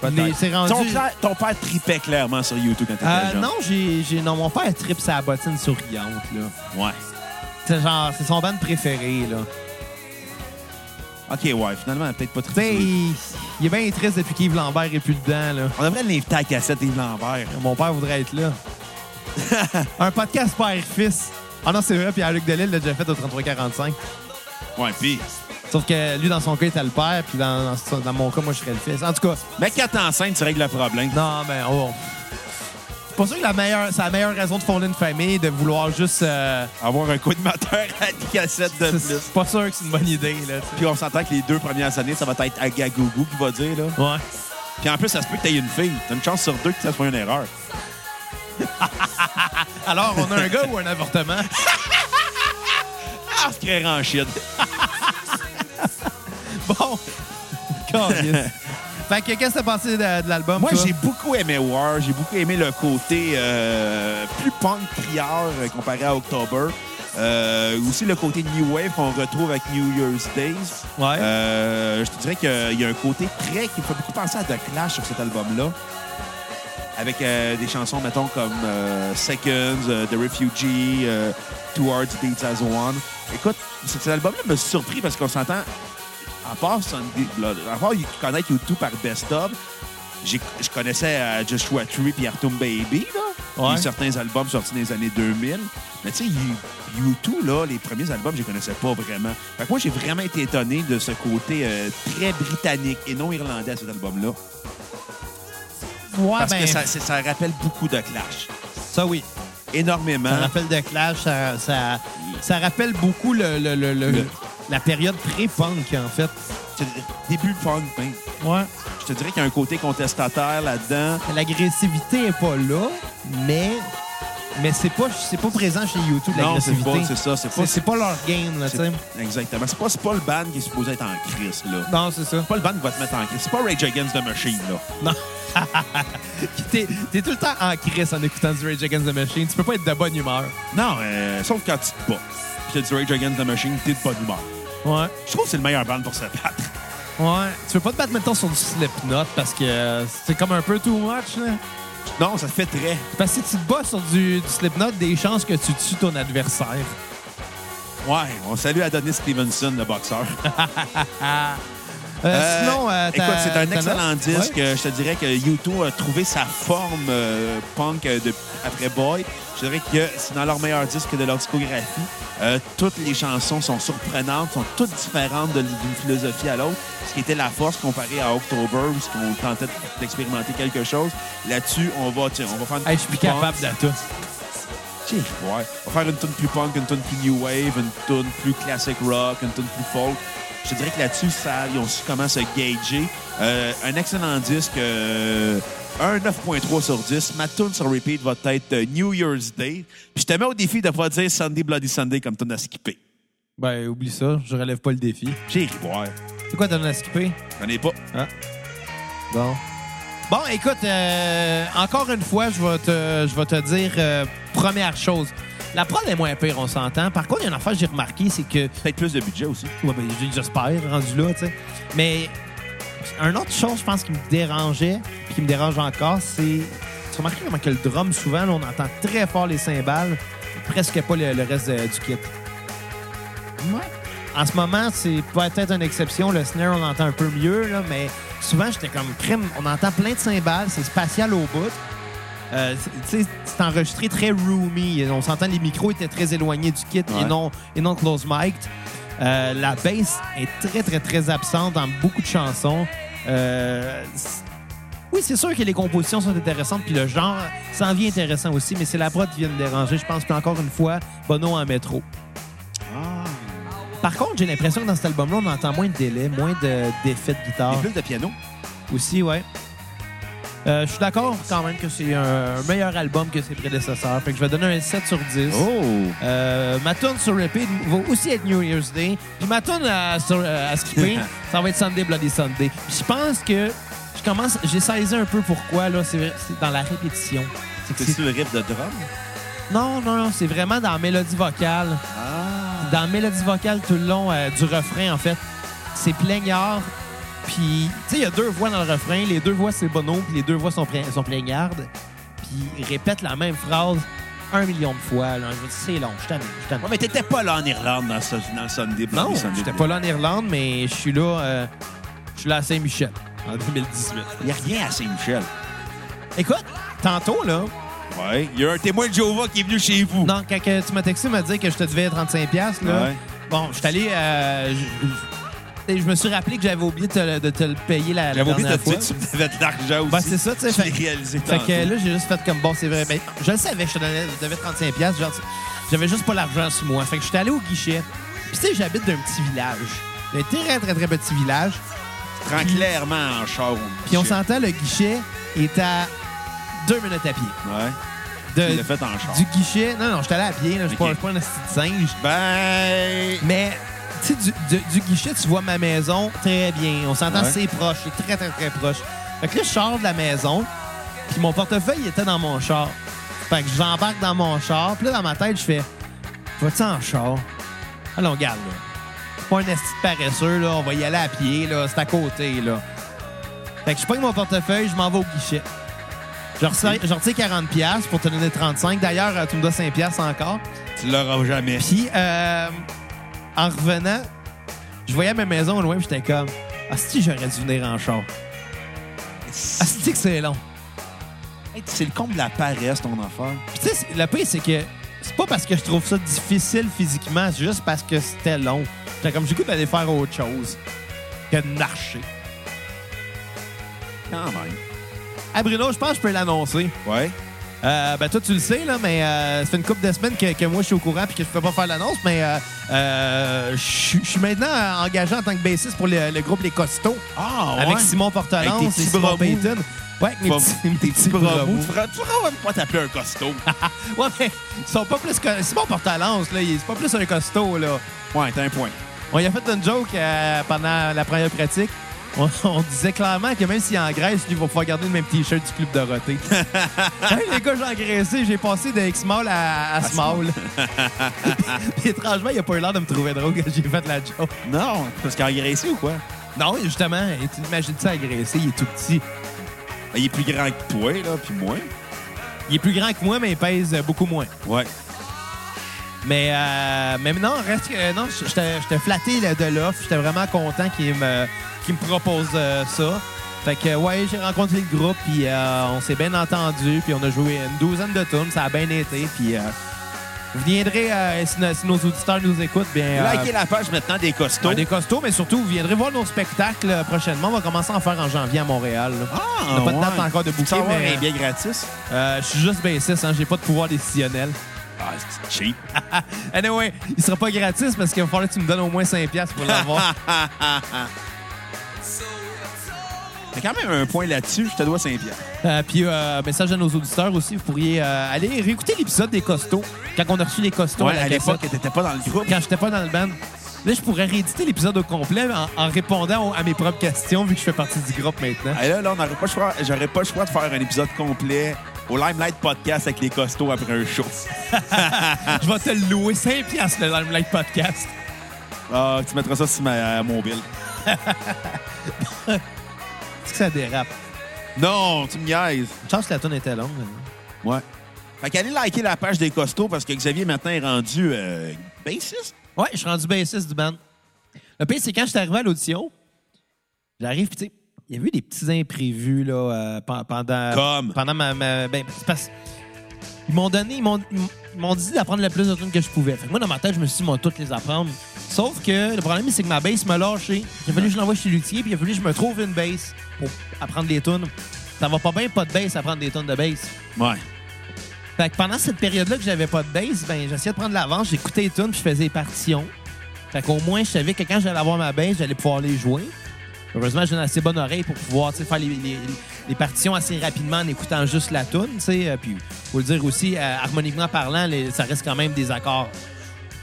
Speaker 1: Mais
Speaker 3: Peut-être.
Speaker 1: c'est rendu-
Speaker 3: Ton, cla- ton père tripait clairement sur YouTube quand t'étais
Speaker 1: Euh,
Speaker 3: jeune.
Speaker 1: non, j'ai, j'ai- Non, mon père tripe sa bottine souriante, là.
Speaker 3: Ouais.
Speaker 1: C'est genre. C'est son band préféré, là.
Speaker 3: OK, ouais, finalement, peut-être pas
Speaker 1: Tu sais,
Speaker 3: très...
Speaker 1: il il est bien triste depuis qu'Yves Lambert est plus dedans, là.
Speaker 3: On devrait l'inviter à la cassette, Yves Lambert.
Speaker 1: Mon père voudrait être
Speaker 3: [LAUGHS]
Speaker 1: là. un podcast père-fils. Ah non, c'est vrai, puis Luc Delisle l'a déjà fait au 33-45.
Speaker 3: Ouais, puis...
Speaker 1: Sauf que lui, dans son cas, il était le père, puis dans, dans son- dans mon cas, moi, je serais le fils. En tout cas,
Speaker 3: Mais quand t'es enceinte, tu règles le problème.
Speaker 1: non, mais oh. C'est pas sûr que la meilleure, c'est la meilleure raison de fonder une famille, de vouloir juste. euh,
Speaker 3: Avoir un coup de moteur à la cassette de
Speaker 1: c'est-
Speaker 3: plus.
Speaker 1: c'est pas sûr que c'est une bonne idée, là. tu
Speaker 3: Puis on s'entend que les deux premières années, ça va être Agagougou qui va dire, là.
Speaker 1: sais. Ouais.
Speaker 3: Puis en plus, ça se peut que t'aies une fille. T'as une chance sur deux que ça soit une erreur.
Speaker 1: Alors, on a un gars ou un [LAUGHS] avortement?
Speaker 3: Ah, je crierais en shit.
Speaker 1: Bon. Câlisse. fait que, qu'est-ce que t'as pensé de, de l'album?
Speaker 3: Moi,
Speaker 1: toi?
Speaker 3: j'ai beaucoup aimé War. J'ai beaucoup aimé le côté euh, plus punk criard euh, comparé à October. Euh, aussi le côté New Wave qu'on retrouve avec New Year's Days.
Speaker 1: Ouais.
Speaker 3: Euh, je te dirais qu'il y a un côté très qui me fait beaucoup penser à The Clash sur cet album-là. Avec euh, des chansons, mettons, comme euh, Seconds, euh, The Refugee, euh, Towards Dates as One. Écoute, cet album-là me surpris parce qu'on s'entend, à part, Sunday, Blood- à part connaître YouTube par Best of, j'ai- je connaissais euh, Joshua Tree puis Artum Baby, là.
Speaker 1: Ouais.
Speaker 3: Puis certains albums sortis dans les années 2000. Mais tu sais, U2, là, les premiers albums, je les connaissais pas vraiment. Fait que moi, j'ai vraiment été étonné de ce côté euh, très britannique et non irlandais à cet album-là.
Speaker 1: Ouais,
Speaker 3: Parce
Speaker 1: ben,
Speaker 3: que ça, c'est- ça rappelle beaucoup de Clash.
Speaker 1: ça, oui. Hein?
Speaker 3: Énormément.
Speaker 1: Ça rappelle de Clash, ça, ça, ça rappelle beaucoup le, le- le- le-
Speaker 3: Le-
Speaker 1: la période pré-punk, en fait.
Speaker 3: C'est Début punk, ben.
Speaker 1: Ouais.
Speaker 3: Je te dirais qu'il y a un côté contestataire là-dedans.
Speaker 1: L'agressivité est pas là, mais mais c'est pas c'est pas présent chez YouTube
Speaker 3: Non, c'est
Speaker 1: l'agressivité.
Speaker 3: pas- c'est ça, c'est pas-
Speaker 1: c'est pas leur game là, tu sais.
Speaker 3: C'est- Exactement. C'est pas, c'est pas le band qui est supposé être en crise, là.
Speaker 1: Non, c'est ça.
Speaker 3: C'est pas le band qui va te mettre en crise. C'est pas Rage Against the Machine, là.
Speaker 1: Non. [LAUGHS] T'es t'es tout le temps en crise en écoutant du Rage Against the Machine. Tu peux pas être de bonne humeur.
Speaker 3: Non, euh, sauf quand tu te bats. Puis tu Rage Against the Machine, t'es de bonne humeur.
Speaker 1: Ouais.
Speaker 3: Je trouve que c'est le meilleur band pour se battre.
Speaker 1: Ouais. Tu veux pas te battre maintenant sur du Slipknot parce que euh, c'est comme un peu too much là.
Speaker 3: Non, ça fait très.
Speaker 1: Parce que si tu te bats sur du, du Slipknot, des chances que tu tues ton adversaire.
Speaker 3: Ouais, on salue Adonis Stevenson, le boxeur.
Speaker 1: Euh,
Speaker 3: Euh,
Speaker 1: sinon, euh,
Speaker 3: écoute,
Speaker 1: t'as-
Speaker 3: c'est un
Speaker 1: t'as
Speaker 3: excellent
Speaker 1: note?
Speaker 3: disque.
Speaker 1: Ouais.
Speaker 3: Euh, Je te dirais que U2 a trouvé sa forme euh, punk euh, de- après Boy. Je dirais que c'est dans leur meilleur disque de leur discographie. Euh, toutes les chansons sont surprenantes, sont toutes différentes de- d'une philosophie à l'autre, ce qui était la force comparée à October, où on tentait d'expérimenter quelque chose. Là-dessus, on va, tiens, on va faire une
Speaker 1: Hey, je suis plus
Speaker 3: petite punk.
Speaker 1: capable de tout.
Speaker 3: Tiens, ouais. On va faire une tune plus punk, une tune plus new wave, une tune plus classic rock, une tune plus folk. Je te dirais que là-dessus, ça, ils ont su comment se gager. Euh, un excellent disque, euh, un 9.3 sur 10. Ma tune sur repeat va être euh, New Year's Day. Puis je te mets au défi de pas dire Sunday Bloody Sunday comme tune à skipper.
Speaker 1: Ben, oublie ça, je relève pas le défi.
Speaker 3: J'ai ri, ouais.
Speaker 1: C'est quoi, t'en as skippé?
Speaker 3: J'en ai pas.
Speaker 1: Bon. Bon, écoute, euh, encore une fois, je vais te, je vais te dire, euh, première chose. La prod est moins pire, on s'entend. Par contre, il y a une affaire que j'ai remarqué, c'est que.
Speaker 3: Peut-être plus de budget aussi.
Speaker 1: Ouais, ben, j'espère, rendu là, tu sais. Mais, un autre chose, je pense, qui me dérangeait, puis qui me dérange encore, c'est. Tu remarques comment que le drum, souvent, là, on entend très fort les cymbales, presque pas le, le reste euh, du kit.
Speaker 3: Ouais.
Speaker 1: En ce moment, c'est peut-être une exception. Le snare, on l'entend un peu mieux, là, mais souvent, j'étais comme crime. On entend plein de cymbales, c'est spatial au bout. Euh, c'est- tu sais, c'est enregistré très roomy. On s'entend, les micros étaient très éloignés du kit et
Speaker 3: Ouais.
Speaker 1: non, et non close mic. Euh, la bass est très, très, très absente dans beaucoup de chansons. Euh, c'est- oui, c'est sûr que les compositions sont intéressantes, puis le genre s'en vient intéressant aussi, mais c'est la prod qui vient me déranger. Je pense qu'encore une fois, Bono en métro.
Speaker 3: Ah.
Speaker 1: Par contre, j'ai l'impression que dans cet album-là, on entend moins de délais, moins de d'effets de
Speaker 3: Et
Speaker 1: guitare
Speaker 3: plus de piano.
Speaker 1: aussi, ouais. Euh, je suis d'accord quand même que c'est un, un meilleur album que ses prédécesseurs. Fait que je vais donner un 7 sur 10.
Speaker 3: Oh!
Speaker 1: Euh, ma tune sur repeat va aussi être New Year's Day. Puis ma tune à, sur- euh, à skipper, ça va être Sunday Bloody Sunday. Puis je pense que je commence, j'ai saisi un peu pourquoi là, c'est c'est dans la répétition. C'est que
Speaker 3: C'est-tu le riff de drum?
Speaker 1: c'est- non, non, non, c'est vraiment dans la mélodie vocale
Speaker 3: Ah!
Speaker 1: dans la mélodie vocale tout le long euh, du refrain, en fait. C'est plaignard. Puis, tu sais, il y a deux voix dans le refrain. Les deux voix, c'est Bono, puis les deux voix sont, pla- sont plaignardes. Puis, ils répètent la même phrase un million de fois. Là. Je veux dire, c'est long. Je t'aime. Je t'aime.
Speaker 3: Ouais, mais t'étais pas là en Irlande dans, ce, dans le Sunday.
Speaker 1: non,
Speaker 3: Bloody Sunday
Speaker 1: j'étais pas
Speaker 3: Bloody.
Speaker 1: là en Irlande, mais je suis là, euh, je suis là à Saint-Michel en 2018.
Speaker 3: Il n'y a rien à Saint-Michel.
Speaker 1: Écoute, tantôt, là,
Speaker 3: Ouais. Il y a un témoin de Jéhovah qui est venu chez vous.
Speaker 1: non, quand que tu m'as texté, m'a dit que je te devais 35$, là,
Speaker 3: Ouais.
Speaker 1: bon, je suis allé. euh, je- je- et je me suis rappelé que j'avais oublié de te, le- de te le payer la, la
Speaker 3: J'avais oublié de
Speaker 1: dernière
Speaker 3: te dire que
Speaker 1: fois.
Speaker 3: tu me devais de l'argent aussi.
Speaker 1: Ben, c'est ça, tu sais,
Speaker 3: Je l'ai
Speaker 1: fait-
Speaker 3: réalisé
Speaker 1: Fait
Speaker 3: tantôt.
Speaker 1: que là, j'ai juste fait comme bon, c'est vrai. Ben, je le savais, je te donnais, je devais 35$. Genre, j'avais juste pas l'argent sur moi. Fait que j'étais allé au guichet. Puis, tu sais, j'habite d'un petit village. Un très, très, très petit village.
Speaker 3: Prends clairement en char. au
Speaker 1: Puis, on
Speaker 3: guichet.
Speaker 1: s'entend, le guichet est à deux minutes à pied.
Speaker 3: Ouais.
Speaker 1: De-
Speaker 3: Tu l'as fait en char.
Speaker 1: du guichet. Non, non, j'étais allé à pied. là. Je suis
Speaker 3: Ok.
Speaker 1: pas- je suis pas un asti de singe.
Speaker 3: Ben.
Speaker 1: Mais, tu sais, du, du- du guichet, tu vois ma maison très bien. On s'entend,
Speaker 3: Ouais.
Speaker 1: c'est proche. C'est très, très, très proche. Fait que là, je sors de la maison, puis mon portefeuille était dans mon char. Fait que j'embarque dans mon char, puis là, dans ma tête, je fais Vas-tu en char Allons, regarde, là. C'est Pas un esti de paresseux, là. On va y aller à pied, là. C'est à côté, là. Fait que je prends mon portefeuille, je m'en vais au guichet. Je retire, je retire 40$ pour te donner 35$. D'ailleurs, euh, tu me dois 5$ encore.
Speaker 3: Tu l'auras jamais.
Speaker 1: Puis, euh, en revenant, je voyais ma maison au loin, puis j'étais comme, ah, si j'aurais dû venir en char. Ah, si que c'est long.
Speaker 3: Hey, C'est le comble de la paresse, ton affaire.
Speaker 1: Puis, tu sais, c'est- le pire, c'est que c'est pas parce que je trouve ça difficile physiquement, c'est juste parce que c'était long. J'étais comme, j'ai le goût d'aller faire autre chose que de marcher.
Speaker 3: Quand même.
Speaker 1: Ah, Bruno, je pense que je peux l'annoncer.
Speaker 3: Ouais.
Speaker 1: Euh, ben toi tu le sais là, mais euh, ça fait une couple de semaines que, que moi je suis au courant puis que je peux pas faire l'annonce, mais euh, euh, je suis- je suis maintenant euh, engagé en tant que bassiste pour le, le groupe Les Costauds.
Speaker 3: Ah,
Speaker 1: avec Simon Portelance
Speaker 3: Avec
Speaker 1: et
Speaker 3: tes petits bras
Speaker 1: Simon
Speaker 3: mous.
Speaker 1: Payton. Ouais, avec mes
Speaker 3: Pas-
Speaker 1: petits, mes petits bras
Speaker 3: Bravo.
Speaker 1: mous.
Speaker 3: Tu feras- tu feras même pas t'appeler un
Speaker 1: [LAUGHS]
Speaker 3: costaud.
Speaker 1: Ouais, mais ils sont pas plus que... Simon Portalance, là, il- c'est pas plus un costaud, là.
Speaker 3: ouais, t'as un point.
Speaker 1: On y a fait une joke euh, pendant la première pratique. On, [LAUGHS] on disait clairement que même s'il engraisse, lui, il va pouvoir garder le même T-shirt du Club
Speaker 3: [LAUGHS]
Speaker 1: Dorothée. hey, les gars, j'ai engraissé. J'ai passé de X-Mall à, à Small. [LAUGHS] Puis étrangement, il a pas eu l'air de me trouver drôle que j'ai fait la joke.
Speaker 3: Non, parce qu'il a engraissé ou quoi?
Speaker 1: Non, justement, tu imagines ça agressé, il est tout petit.
Speaker 3: Ben, Il est plus grand que toi, là, puis moi.
Speaker 1: Il est plus grand que moi, mais il pèse euh, beaucoup moins.
Speaker 3: Ouais.
Speaker 1: Mais, euh, mais non, reste que. Non, j- j'étais j'étais flatté là, de l'offre. J'étais vraiment content qu'il me, qu'il me propose euh, ça. Fait que, ouais, j'ai rencontré le groupe, puis euh, on s'est bien entendu, puis on a joué une douzaine de tunes, ça a bien été, puis euh, vous viendrez, euh, si, nos- si nos auditeurs nous écoutent, bien... euh,
Speaker 3: Likez la page maintenant des costauds.
Speaker 1: ouais, des costauds, mais surtout, vous viendrez voir nos spectacles euh, prochainement. On va commencer à en faire en janvier à Montréal. là.
Speaker 3: Ah,
Speaker 1: On n'a pas de date
Speaker 3: ouais.
Speaker 1: encore de
Speaker 3: Faut
Speaker 1: bouquet,
Speaker 3: savoir,
Speaker 1: mais-
Speaker 3: un bien gratis.
Speaker 1: Euh, je suis juste bassiste, hein, j'ai pas de pouvoir décisionnel.
Speaker 3: Ah, c'est cheap. [LAUGHS]
Speaker 1: Anyway, il sera pas gratis parce qu'il va falloir que tu me donnes au moins 5$ piastres pour l'avoir.
Speaker 3: [LAUGHS] T'as quand même un point là-dessus, je te dois 5 piastres.
Speaker 1: Euh, puis, euh, message à nos auditeurs aussi, vous pourriez euh, aller réécouter l'épisode des costauds. Quand on a reçu les costauds
Speaker 3: Ouais,
Speaker 1: à la
Speaker 3: à l'époque,
Speaker 1: cassette,
Speaker 3: t'étais pas dans le groupe.
Speaker 1: quand j'étais pas dans le band, là, je pourrais rééditer l'épisode au complet en, en répondant au- à mes propres questions, vu que je fais partie du groupe
Speaker 3: [LAUGHS]
Speaker 1: maintenant.
Speaker 3: Ah, là, là, on n'aurait pas le choix- j'aurais pas le choix de faire un épisode complet au Limelight Podcast avec les costauds après un show.
Speaker 1: je vais te le louer 5$ piastres, le Limelight Podcast.
Speaker 3: Ah, tu mettras ça sur ma, euh, mon bill.
Speaker 1: Est-ce que ça dérape?
Speaker 3: Non, tu me niaises.
Speaker 1: Je pense que la tonne était longue. mais-
Speaker 3: Ouais. Fait qu'allez liker la page des costauds parce que Xavier maintenant est rendu euh, bassiste.
Speaker 1: Ouais, je suis rendu bassiste du band. Le pire, c'est quand je suis arrivé à l'audition, j'arrive, puis tu sais, il y a eu des petits imprévus là, euh, pen- pendant.
Speaker 3: Comme?
Speaker 1: Pendant ma. ma- ben, c'est parce Ils m'ont donné. Ils m'ont, ils m'ont dit d'apprendre le plus de tunes que je pouvais. Fait que moi, dans ma tête, je me suis dit, ils vont toutes les apprendre. Sauf que le problème, c'est que ma bass m'a lâché. Il a fallu que je l'envoie chez Luthier, puis il a fallu que je me trouve une bass pour apprendre des tunes. Ça va pas bien, pas de bass, apprendre des tunes de bass.
Speaker 3: Ouais.
Speaker 1: Fait que pendant cette période-là que j'avais pas de bass, ben j'essayais de prendre de l'avance, j'écoutais les tunes, puis je faisais les partitions. Fait qu'au moins, je savais que quand j'allais avoir ma bass, j'allais pouvoir les jouer. Heureusement, j'ai une assez bonne oreille pour pouvoir tu sais, faire les, les- les partitions assez rapidement en écoutant juste la tune, tu sais. euh, Puis, faut le dire aussi, euh, harmoniquement parlant, les- ça reste quand même des accords.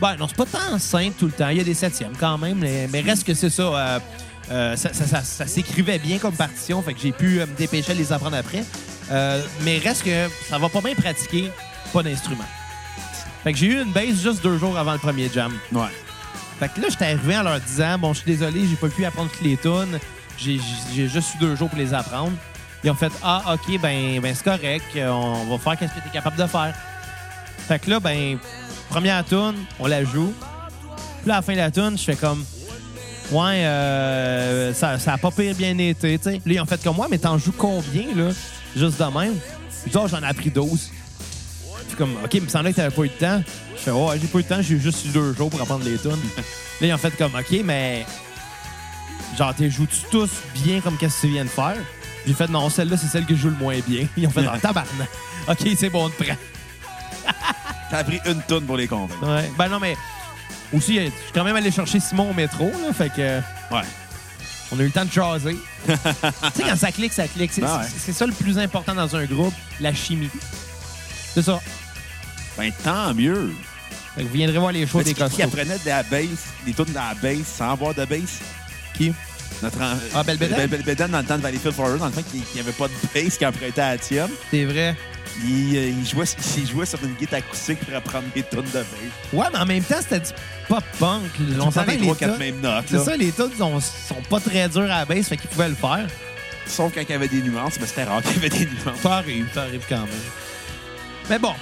Speaker 1: Ben, non, c'est pas tant simple tout le temps. Il y a des septièmes quand même, les- mais reste que c'est ça. euh, euh, ça, ça- ça- ça s'écrivait bien comme partition, fait que j'ai pu euh, me dépêcher à les apprendre après. Euh, mais reste que ça va pas bien pratiquer, pas d'instrument. Fait que j'ai eu une base juste deux jours avant le premier jam.
Speaker 3: Ouais.
Speaker 1: Fait que là, j'étais arrivé en leur disant Bon, je suis désolé, j'ai pas pu apprendre toutes les tunes. J'ai j'ai juste eu deux jours pour les apprendre. Ils ont fait Ah, OK, ben, ben c'est correct. On va faire quest ce que tu es capable de faire. Fait que là, ben, première tune, on la joue. Puis là, à la fin de la tune, je fais comme. Ouais, euh, ça, ça a pas pire bien été, tu sais. Là, ils ont fait comme moi, mais t'en joues combien, là? Juste de même. Ils disent, Ah, j'en ai appris 12. Je suis comme, OK, mais ça semblait que t'avais pas eu de temps. Je fais, ouais, j'ai pas eu de temps, j'ai juste eu deux jours pour apprendre les [LAUGHS] tunes. là, ils ont fait comme, OK, mais. Genre, t'es joues-tu tous bien comme qu'est-ce que tu viens de faire? J'ai fait, non, celle-là, c'est celle que je joue le moins bien. [LAUGHS] Ils ont fait, ah, tabarnak. OK, c'est bon, on te prend.
Speaker 3: T'as pris une tonne pour les convaincre.
Speaker 1: Ouais. Ben non, mais aussi, euh, je suis quand même allé chercher Simon au métro, là, fait que euh,
Speaker 3: Ouais.
Speaker 1: on a eu le temps de [LAUGHS] jaser. tu sais, quand ça clique, ça clique. C'est
Speaker 3: Ah ouais.
Speaker 1: c'est- c'est ça le plus important dans un groupe, la chimie. C'est ça.
Speaker 3: Ben, tant mieux.
Speaker 1: Fait que vous viendrez voir les shows des
Speaker 3: Parce que Qui
Speaker 1: costauds.
Speaker 3: apprenait de la bass, des tunes de la bass, sans avoir de bass?
Speaker 1: Qui?
Speaker 3: Notre en-
Speaker 1: Ah, Belbédane?
Speaker 3: Bel- Belbédane, dans le temps de Valleyfield Forever, dans le temps qu'il n'y avait pas de bass qui empruntait à la tienne.
Speaker 1: C'est vrai.
Speaker 3: Il, euh, il jouait, [LAUGHS] il jouait sur une guitare acoustique pour apprendre des tunes de bass.
Speaker 1: Ouais, mais en même temps, c'était du pop punk. On s'entend
Speaker 3: les
Speaker 1: que les
Speaker 3: trois, quatre
Speaker 1: tunes-
Speaker 3: mêmes notes.
Speaker 1: C'est
Speaker 3: là.
Speaker 1: ça, les tunes sont, sont pas très durs à la base, fait qu'ils pouvaient le faire.
Speaker 3: Sauf quand il y avait des nuances, mais c'était rare [LAUGHS] qu'il y avait des nuances.
Speaker 1: Ça arrive, ça arrive quand même. Mais bon,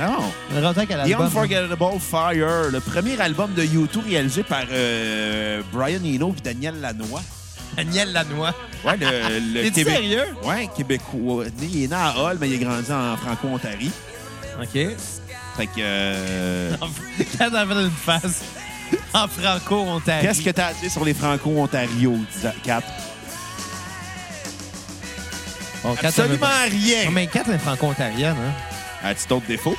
Speaker 3: Non.
Speaker 1: on est rendu à
Speaker 3: The
Speaker 1: l'album.
Speaker 3: Unforgettable Fire, le premier album de U2 réalisé par euh, Brian Eno et Daniel Lanois.
Speaker 1: Daniel Lanois.
Speaker 3: Ouais, le,
Speaker 1: [LAUGHS]
Speaker 3: le
Speaker 1: T'es-tu
Speaker 3: Québec-
Speaker 1: sérieux?
Speaker 3: Ouais, Québécois. Il est né à Hall, mais il est grandi en Franco-Ontario.
Speaker 1: OK.
Speaker 3: Fait que. euh,
Speaker 1: [LAUGHS] Quand elle avait une face en franco-ontario.
Speaker 3: Qu'est-ce que t'as à dire sur les Franco-Ontario, dis- Kat?
Speaker 1: Bon, Kat, elle
Speaker 3: Absolument
Speaker 1: veut-
Speaker 3: rien!
Speaker 1: Non, mais Kat, elle est franco-ontarienne. Hein?
Speaker 3: As-tu d'autres défauts?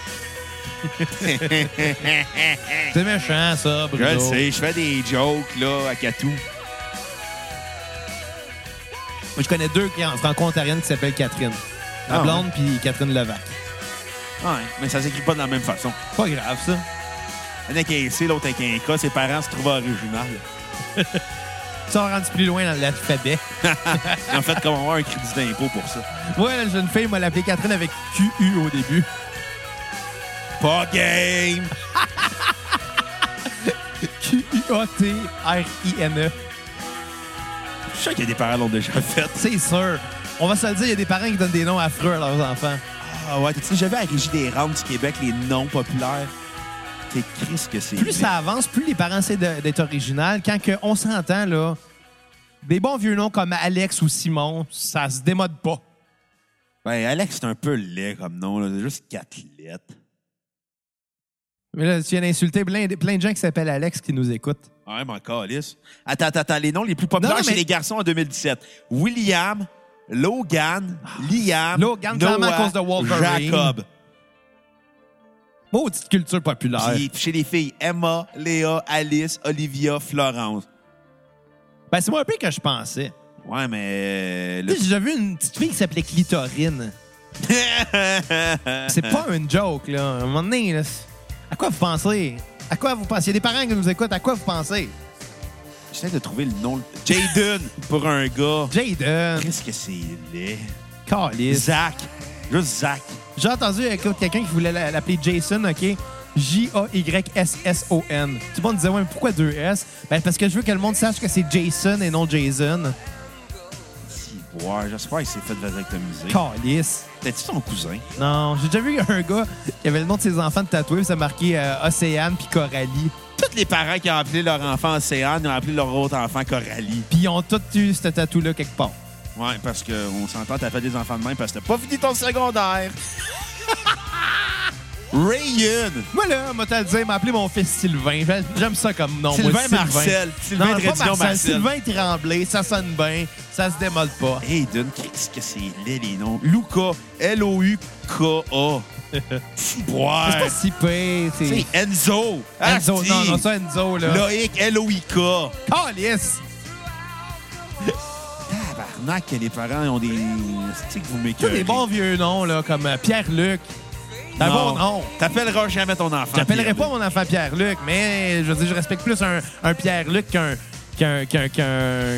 Speaker 1: C'est méchant, ça,
Speaker 3: Je
Speaker 1: Bruno.
Speaker 3: le sais, je fais des jokes, là, à Katou.
Speaker 1: Moi, je connais deux clients franco-ontariennes qui s'appellent Catherine. La
Speaker 3: Ah,
Speaker 1: blonde puis Catherine Levac.
Speaker 3: Ouais, mais ça s'écrit pas de la même façon.
Speaker 1: Pas grave, ça.
Speaker 3: Un avec un C, l'autre avec un K. Ses parents se trouvent original.
Speaker 1: Ça a rendu plus loin dans l'alphabet.
Speaker 3: En fait, comment avoir un crédit d'impôt pour ça?
Speaker 1: Moi, la jeune fille m'a appelée Catherine avec QU au début.
Speaker 3: Pas game!
Speaker 1: Q-U-A-T-R-I-N-E.
Speaker 3: Je sais qu'il y a des parents l'ont déjà fait.
Speaker 1: C'est sûr. On va se le dire, il y a des parents qui donnent des noms affreux à leurs enfants.
Speaker 3: Ah ouais, t'as-tu déjà vu à la Régie des Rentes du Québec les noms populaires? T'es Christ que c'est.
Speaker 1: plus ça avance, plus les parents essaient de- d'être original. Quand que on s'entend, là, des bons vieux noms comme Alex ou Simon, ça se démode pas.
Speaker 3: Ben, Alex, c'est un peu laid comme nom, là. C'est juste quatre lettres.
Speaker 1: Mais là, tu viens d'insulter plein, de- plein de gens qui s'appellent Alex qui nous écoutent.
Speaker 3: Ouais, mon calice. Attends, attends, attends. Les noms les plus populaires
Speaker 1: Non, non,
Speaker 3: chez
Speaker 1: mais-
Speaker 3: les garçons en 2017. William, Logan, Liam,
Speaker 1: Ah. Logan, clairement à
Speaker 3: Noah,
Speaker 1: cause de Wolverine.
Speaker 3: Jacob.
Speaker 1: Maudite culture populaire.
Speaker 3: Puis chez les filles, Emma, Léa, Alice, Olivia, Florence.
Speaker 1: Ben, c'est moi un peu que je pensais.
Speaker 3: Ouais, mais... euh, le-
Speaker 1: [LAUGHS] Tu sais, J'ai déjà vu une petite fille qui s'appelait Clitorine. C'est pas une joke, là. À un moment donné, là, c'est- à quoi vous pensez? À quoi vous pensez? Il y a des parents qui nous écoutent, à quoi vous pensez?
Speaker 3: J'essaie de trouver le nom. Jaden, pour un gars.
Speaker 1: Jaden,
Speaker 3: Qu'est-ce que c'est laid.
Speaker 1: Carlis.
Speaker 3: Zach. Juste Zach.
Speaker 1: J'ai entendu euh, quelqu'un qui voulait la- l'appeler Jason, OK? J-A-Y-S-S-O-N. Tout le monde disait, ouais, mais pourquoi deux S? Ben, parce que je veux que le monde sache que c'est Jason et non Jason.
Speaker 3: Ciboire. J'espère qu'il s'est fait vasectomiser.
Speaker 1: Calice.
Speaker 3: T'as-tu son cousin?
Speaker 1: Non, j'ai déjà vu un gars qui avait le nom de ses enfants de tatoué, puis ça marquait euh, Océane puis Coralie.
Speaker 3: Tous les parents qui ont appelé leur enfant Océane ont appelé leur autre enfant Coralie.
Speaker 1: Puis ils ont tous eu ce tatou-là quelque part.
Speaker 3: Ouais, parce qu'on s'entend, t'as fait des enfants de même parce que t'as pas fini ton secondaire. [LAUGHS] Rayon.
Speaker 1: Moi, là, moi, t'as dit, m'a appelé mon fils Sylvain. J'a- J'aime ça comme nom. moi,
Speaker 3: Sylvain Marcel. Sylvain
Speaker 1: non, pas
Speaker 3: Trédillon
Speaker 1: Marcel.
Speaker 3: Marcel.
Speaker 1: Sylvain Tremblay, ça sonne bien, ça se démode pas.
Speaker 3: Hayden, qu'est-ce que c'est laid, les noms? Luca, [LAUGHS] L-O-U-K-A.
Speaker 1: C'est
Speaker 3: Ciboire.
Speaker 1: pas si pire. c'est-
Speaker 3: C'est Enzo.
Speaker 1: Enzo,
Speaker 3: Asti.
Speaker 1: non, non, ça, Enzo, là.
Speaker 3: Loïc, L-O-I-K.
Speaker 1: Calice!
Speaker 3: Tabarnak, que les parents ont des. C'est que vous
Speaker 1: Tous
Speaker 3: m'écœurez.
Speaker 1: des bons vieux noms, là, comme euh, Pierre-Luc. C'est un bon
Speaker 3: Non. Ah,
Speaker 1: nom.
Speaker 3: T'appelleras jamais ton enfant.
Speaker 1: J'appellerai pas
Speaker 3: Pierre.
Speaker 1: mon enfant Pierre-Luc, mais je veux dire, je respecte plus un, un Pierre-Luc qu'un. qu'un. qu'un. qu'un.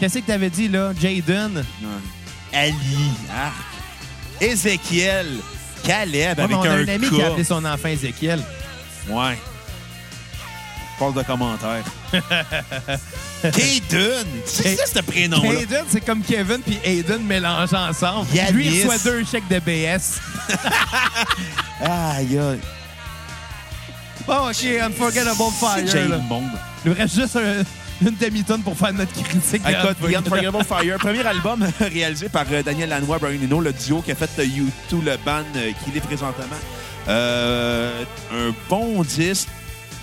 Speaker 1: Qu'est-ce que t'avais dit, là? Jaden?
Speaker 3: Non. Ali, arc. Ézéchiel, Caleb
Speaker 1: Ouais, mais
Speaker 3: Ben, avec
Speaker 1: on a
Speaker 3: un
Speaker 1: un ami
Speaker 3: K.
Speaker 1: qui a appelé son enfant Ézéchiel.
Speaker 3: Ouais. Parle
Speaker 1: [LAUGHS]
Speaker 3: de commentaires. Kaden! C'est ça, ce prénom-là.
Speaker 1: Aiden, c'est comme Kevin puis Aiden mélangés ensemble.
Speaker 3: Yanis.
Speaker 1: Lui, il reçoit deux chèques de BS.
Speaker 3: Aïe, aïe.
Speaker 1: Bon, OK, Unforgettable
Speaker 3: C'est
Speaker 1: Fire. là.
Speaker 3: Jane Bond.
Speaker 1: Il nous reste juste un- une demi-tonne pour faire notre critique. de
Speaker 3: Écoute, The
Speaker 1: Unforgettable.
Speaker 3: Unforgettable Fire, premier album réalisé par euh, Daniel Lanois, Brian Eno, le duo qui a fait euh, U2, le band euh, qu'il est présentement. Euh, un bon disque.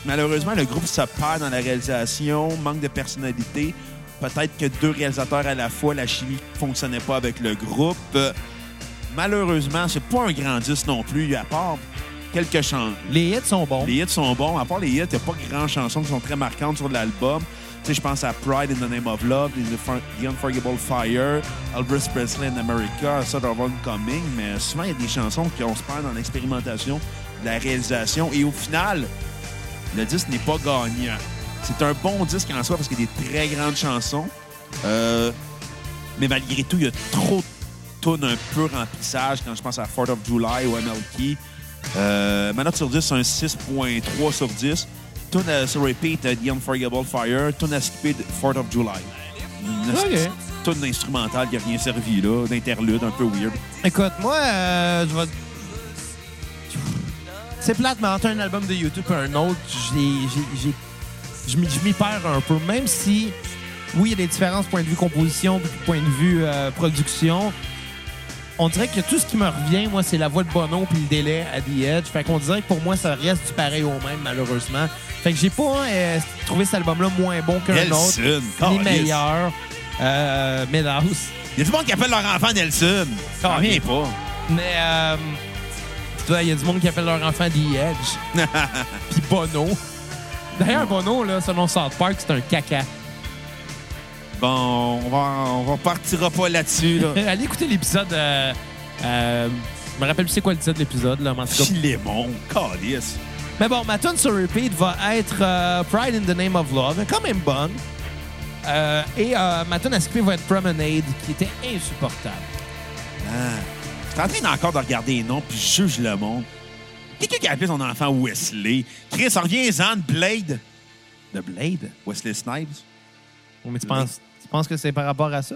Speaker 3: Malheureusement, le groupe se perd dans la réalisation, manque de personnalité. Peut-être que deux réalisateurs à la fois, la chimie ne fonctionnait pas avec le groupe. Euh, malheureusement, c'est pas un grand disque non plus, à part quelques chansons.
Speaker 1: Les hits sont bons.
Speaker 3: Les hits sont bons. À part les hits, il n'y a pas grand chansons qui sont très marquantes sur l'album. Tu sais, je pense à Pride in the Name of Love, The Unfor- The Unforgettable Fire, Elvis Presley in America, Sort of Coming. Mais souvent, il y a des chansons qui on se perd dans l'expérimentation, la réalisation. Et au final, le disque n'est pas gagnant. C'est un bon disque en soi parce qu'il y a des très grandes chansons. Euh, mais malgré tout, il y a trop de tunes un peu remplissage quand je pense à Fort of July ou MLK. Euh, ma note sur 10, c'est un 6.3 sur 10. Tune à sur repeat, euh, The Unforgettable Fire. Tune à skipper, Fort of July. Une
Speaker 1: Ok.
Speaker 3: petite Tune instrumentale qui n'a rien servi là, d'interlude un peu weird.
Speaker 1: Écoute, moi, euh, je vais. C'est plate, mais entre un album de YouTube et un autre, j'ai- j'ai- j'ai- je m'y- je m'y perds un peu. Même si, oui, il y a des différences point de vue composition, puis point de vue euh, production. On dirait que tout ce qui me revient, moi, c'est la voix de Bono puis le délai à The Edge. Fait qu'on dirait que pour moi, ça reste du pareil au même, malheureusement. Fait que j'ai pas euh, trouvé cet album-là moins bon qu'un autre,
Speaker 3: Nelson!
Speaker 1: ni
Speaker 3: Calisse.
Speaker 1: meilleur. Euh, mais la house.
Speaker 3: Il y a du monde qui appelle leur enfant Nelson. Ça
Speaker 1: Calisse.
Speaker 3: revient pas.
Speaker 1: Mais euh, il y a du monde qui appelle leur enfant The [LAUGHS] Edge. Puis Bono. D'ailleurs, Bono, là, selon South Park, c'est un caca.
Speaker 3: Bon, on va, on va partira pas
Speaker 1: [LAUGHS]
Speaker 3: là-dessus. Là.
Speaker 1: Allez écouter l'épisode. Euh, euh, je me rappelle plus c'est quoi le titre de l'épisode, là, mais en tout cas.
Speaker 3: Philémon, calice.
Speaker 1: Mais bon, ma tune sur repeat va être euh, Pride in the Name of Love, quand même bonne. Euh, et euh, ma tune à skipper va être Promenade, qui était insupportable.
Speaker 3: Ah. Je suis en train encore de regarder les noms puis je juge le monde. Quelqu'un qui a appelé son enfant Wesley. Chris, reviens-en de Blade. De Blade? Wesley Snipes?
Speaker 1: Mais tu penses, tu penses que c'est par rapport à ça?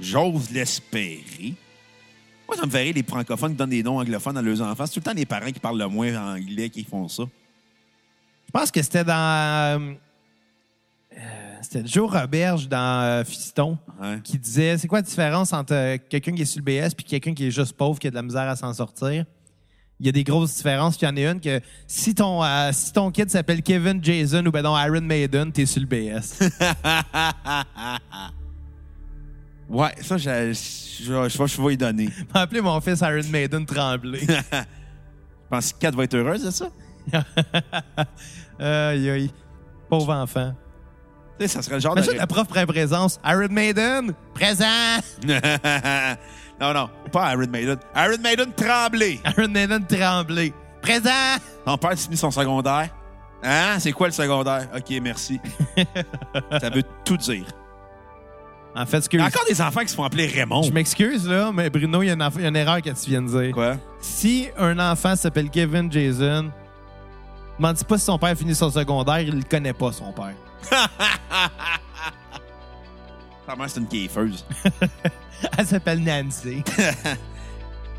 Speaker 3: J'ose l'espérer. Moi, ça me verrait les francophones qui donnent des noms anglophones à leurs enfants. C'est tout le temps les parents qui parlent le moins anglais qui font ça.
Speaker 1: Je pense que c'était dans. euh, euh, c'était Joe Roberge dans euh, Fiston
Speaker 3: Ouais.
Speaker 1: qui disait c'est quoi la différence entre euh, quelqu'un qui est sur le BS puis quelqu'un qui est juste pauvre qui a de la misère à s'en sortir il y a des grosses différences puis il y en a une que si ton euh, si ton kid s'appelle Kevin Jason ou ben non Iron Maiden t'es sur le BS
Speaker 3: Ouais, ça, je, je, je, je, je vais y donner. Je
Speaker 1: appelez mon fils Iron Maiden Tremblay
Speaker 3: pense que Kat va être heureuse de ça.
Speaker 1: aïe aïe pauvre enfant
Speaker 3: Tu sais, ça serait le genre
Speaker 1: imagine
Speaker 3: de...
Speaker 1: la prof prend présence Iron Maiden présent
Speaker 3: [LAUGHS] non, non, pas Iron Maiden. Iron Maiden Tremblay.
Speaker 1: Iron Maiden Tremblay présent
Speaker 3: Ton père finit son secondaire. Hein? C'est quoi le secondaire? OK,
Speaker 1: [LAUGHS]
Speaker 3: merci. ça veut tout dire.
Speaker 1: en fait ce que
Speaker 3: Il y a encore des enfants qui se font appeler Raymond.
Speaker 1: Je m'excuse, là, mais Bruno, il y, a une enf- il y a une erreur que tu viens de dire.
Speaker 3: Quoi?
Speaker 1: Si un enfant s'appelle Kevin Jason, m'en dis pas si son père finit son secondaire, il le connaît pas, son
Speaker 3: [LAUGHS]
Speaker 1: père.
Speaker 3: Ta mère, c'est une kiffeuse.
Speaker 1: Elle s'appelle Nancy.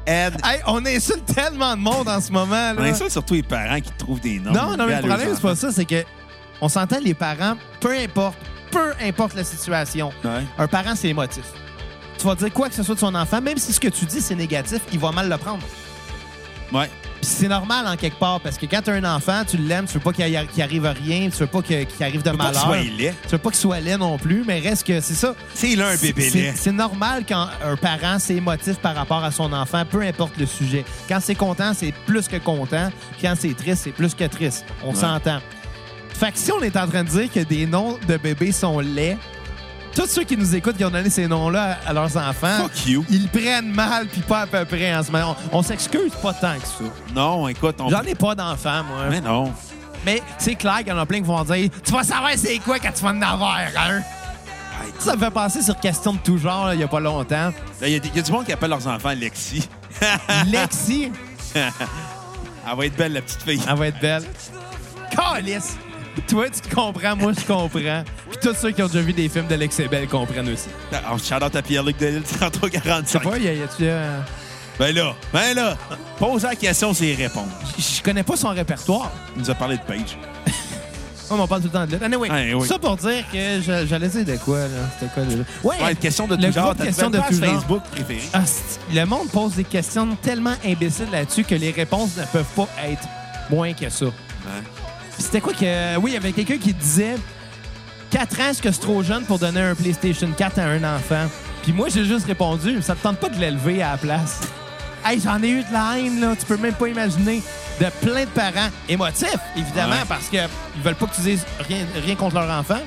Speaker 3: Ed,
Speaker 1: [LAUGHS] hey, on insulte tellement de monde en ce moment, Ah, là.
Speaker 3: on insulte surtout les parents qui trouvent des noms.
Speaker 1: non, non, mais
Speaker 3: à
Speaker 1: le
Speaker 3: leurs
Speaker 1: problème, c'est
Speaker 3: enfants.
Speaker 1: pas ça, c'est que on s'entend les parents, peu importe, peu importe la situation,
Speaker 3: Ouais.
Speaker 1: un parent, c'est émotif. Tu vas dire quoi que ce soit de son enfant, même si ce que tu dis, c'est négatif, il va mal le prendre.
Speaker 3: Ouais.
Speaker 1: Puis c'est normal en quelque part, parce que quand t'as un enfant, tu l'aimes, tu veux pas qu'il arri- qu'il arrive rien, tu veux pas que- qu'il arrive de
Speaker 3: Faut pas que
Speaker 1: malheur.
Speaker 3: sois laid.
Speaker 1: Tu veux pas qu'il soit laid non plus, mais reste que c'est ça.
Speaker 3: C'est là un bébé
Speaker 1: C'est-
Speaker 3: laid.
Speaker 1: C'est normal quand un parent, c'est émotif par rapport à son enfant, peu importe le sujet. Quand c'est content, c'est plus que content. Puis Quand c'est triste, c'est plus que triste. On s'entend. Fait que si on est en train de dire que des noms de bébés sont laids, tous ceux qui nous écoutent qui ont donné ces noms-là à à leurs enfants,
Speaker 3: Fuck you.
Speaker 1: ils le prennent mal, puis pas à peu près en ce moment. On, on s'excuse pas tant que ça.
Speaker 3: Non, écoute, on...
Speaker 1: J'en ai pas d'enfants, moi.
Speaker 3: Mais non.
Speaker 1: Mais c'est clair qu'il y en a plein qui vont dire Tu vas savoir c'est quoi quand tu vas en avoir un. Ça me fait penser sur question de tout genre, là, il y a pas longtemps.
Speaker 3: [LAUGHS] Il y, a des- il y a du monde qui appelle leurs enfants Lexi.
Speaker 1: Lexi,
Speaker 3: Elle va être belle, la petite fille.
Speaker 1: elle va être belle. Calice! Toi, tu te comprends, moi, je comprends. Puis tous ceux qui ont déjà vu des films
Speaker 3: Ah,
Speaker 1: d'Alex et Belle comprennent aussi.
Speaker 3: On shout out à Pierre-Luc Delisle, 3345.
Speaker 1: Ouais, y a, y a-tu, euh,
Speaker 3: Ben là, ben là, pose la question, c'est réponse.
Speaker 1: Je connais pas son répertoire.
Speaker 3: Il nous a parlé de Page.
Speaker 1: Eh, Oh, mais on parle tout le temps de lutte. Anyway,
Speaker 3: Anyway.
Speaker 1: ça pour dire que je- j'allais dire de quoi, là. C'était quoi, déjà? Ouais,
Speaker 3: Ouais, question
Speaker 1: le
Speaker 3: de tout
Speaker 1: groupe
Speaker 3: genre. T'as
Speaker 1: question
Speaker 3: ta
Speaker 1: de tout
Speaker 3: page
Speaker 1: genre.
Speaker 3: Facebook préférée.
Speaker 1: Ah, c'est- le monde pose des questions tellement imbéciles là-dessus que les réponses ne peuvent pas être moins que ça. C'était quoi que. Oui, il y avait quelqu'un qui disait 4 ans, est-ce que c'est trop jeune pour donner un PlayStation 4 à un enfant? Puis moi, j'ai juste répondu, ça te tente pas de l'élever à la place. [LAUGHS] Hey, j'en ai eu de la haine, là. Tu peux même pas imaginer. De plein de parents émotifs, évidemment,
Speaker 3: Ouais.
Speaker 1: parce que ils veulent pas que tu dises rien, rien contre leur enfant.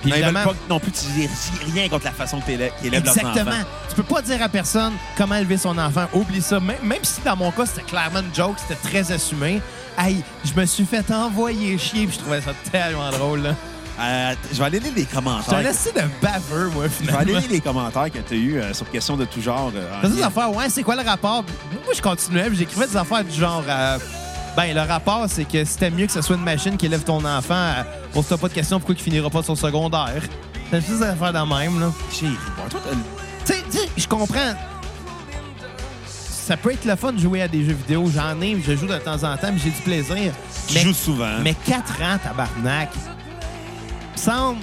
Speaker 1: Puis
Speaker 3: Non, ils veulent
Speaker 1: évidemment-
Speaker 3: pas non plus que tu dises rien contre la façon que t'élè- qu'ils élèvent leurs enfants.
Speaker 1: Exactement. Tu peux pas dire à personne comment élever son enfant. Oublie ça. Même, même si dans mon cas, c'était clairement une joke, c'était très assumé. Hey, je me suis fait envoyer chier, puis je trouvais ça tellement drôle. là.
Speaker 3: Euh, je vais aller lire les
Speaker 1: Je te
Speaker 3: commentaires.
Speaker 1: laisse de baveux, moi,
Speaker 3: Je vais aller
Speaker 1: finalement.
Speaker 3: lire les commentaires que t'as eu euh, sur question de tout genre. euh, en
Speaker 1: J'ai des
Speaker 3: lien.
Speaker 1: affaires, ouais, c'est quoi le rapport? Moi, je continuais, puis j'écrivais des affaires du genre... euh, ben, le rapport, c'est que c'était mieux que ce soit une machine qui élève ton enfant. euh, Pose-toi pas de question pourquoi il finira pas son secondaire. C'est juste des affaires dans le même, là.
Speaker 3: Chérie, bon, toi, t'as le-
Speaker 1: Tu sais, tu sais, je comprends. Ça peut être le fun de jouer à des jeux vidéo. J'en ai, je joue de temps en temps, mais j'ai du plaisir.
Speaker 3: tu
Speaker 1: Mais,
Speaker 3: joues souvent.
Speaker 1: mais 4 ans, tabarnak. Il me semble.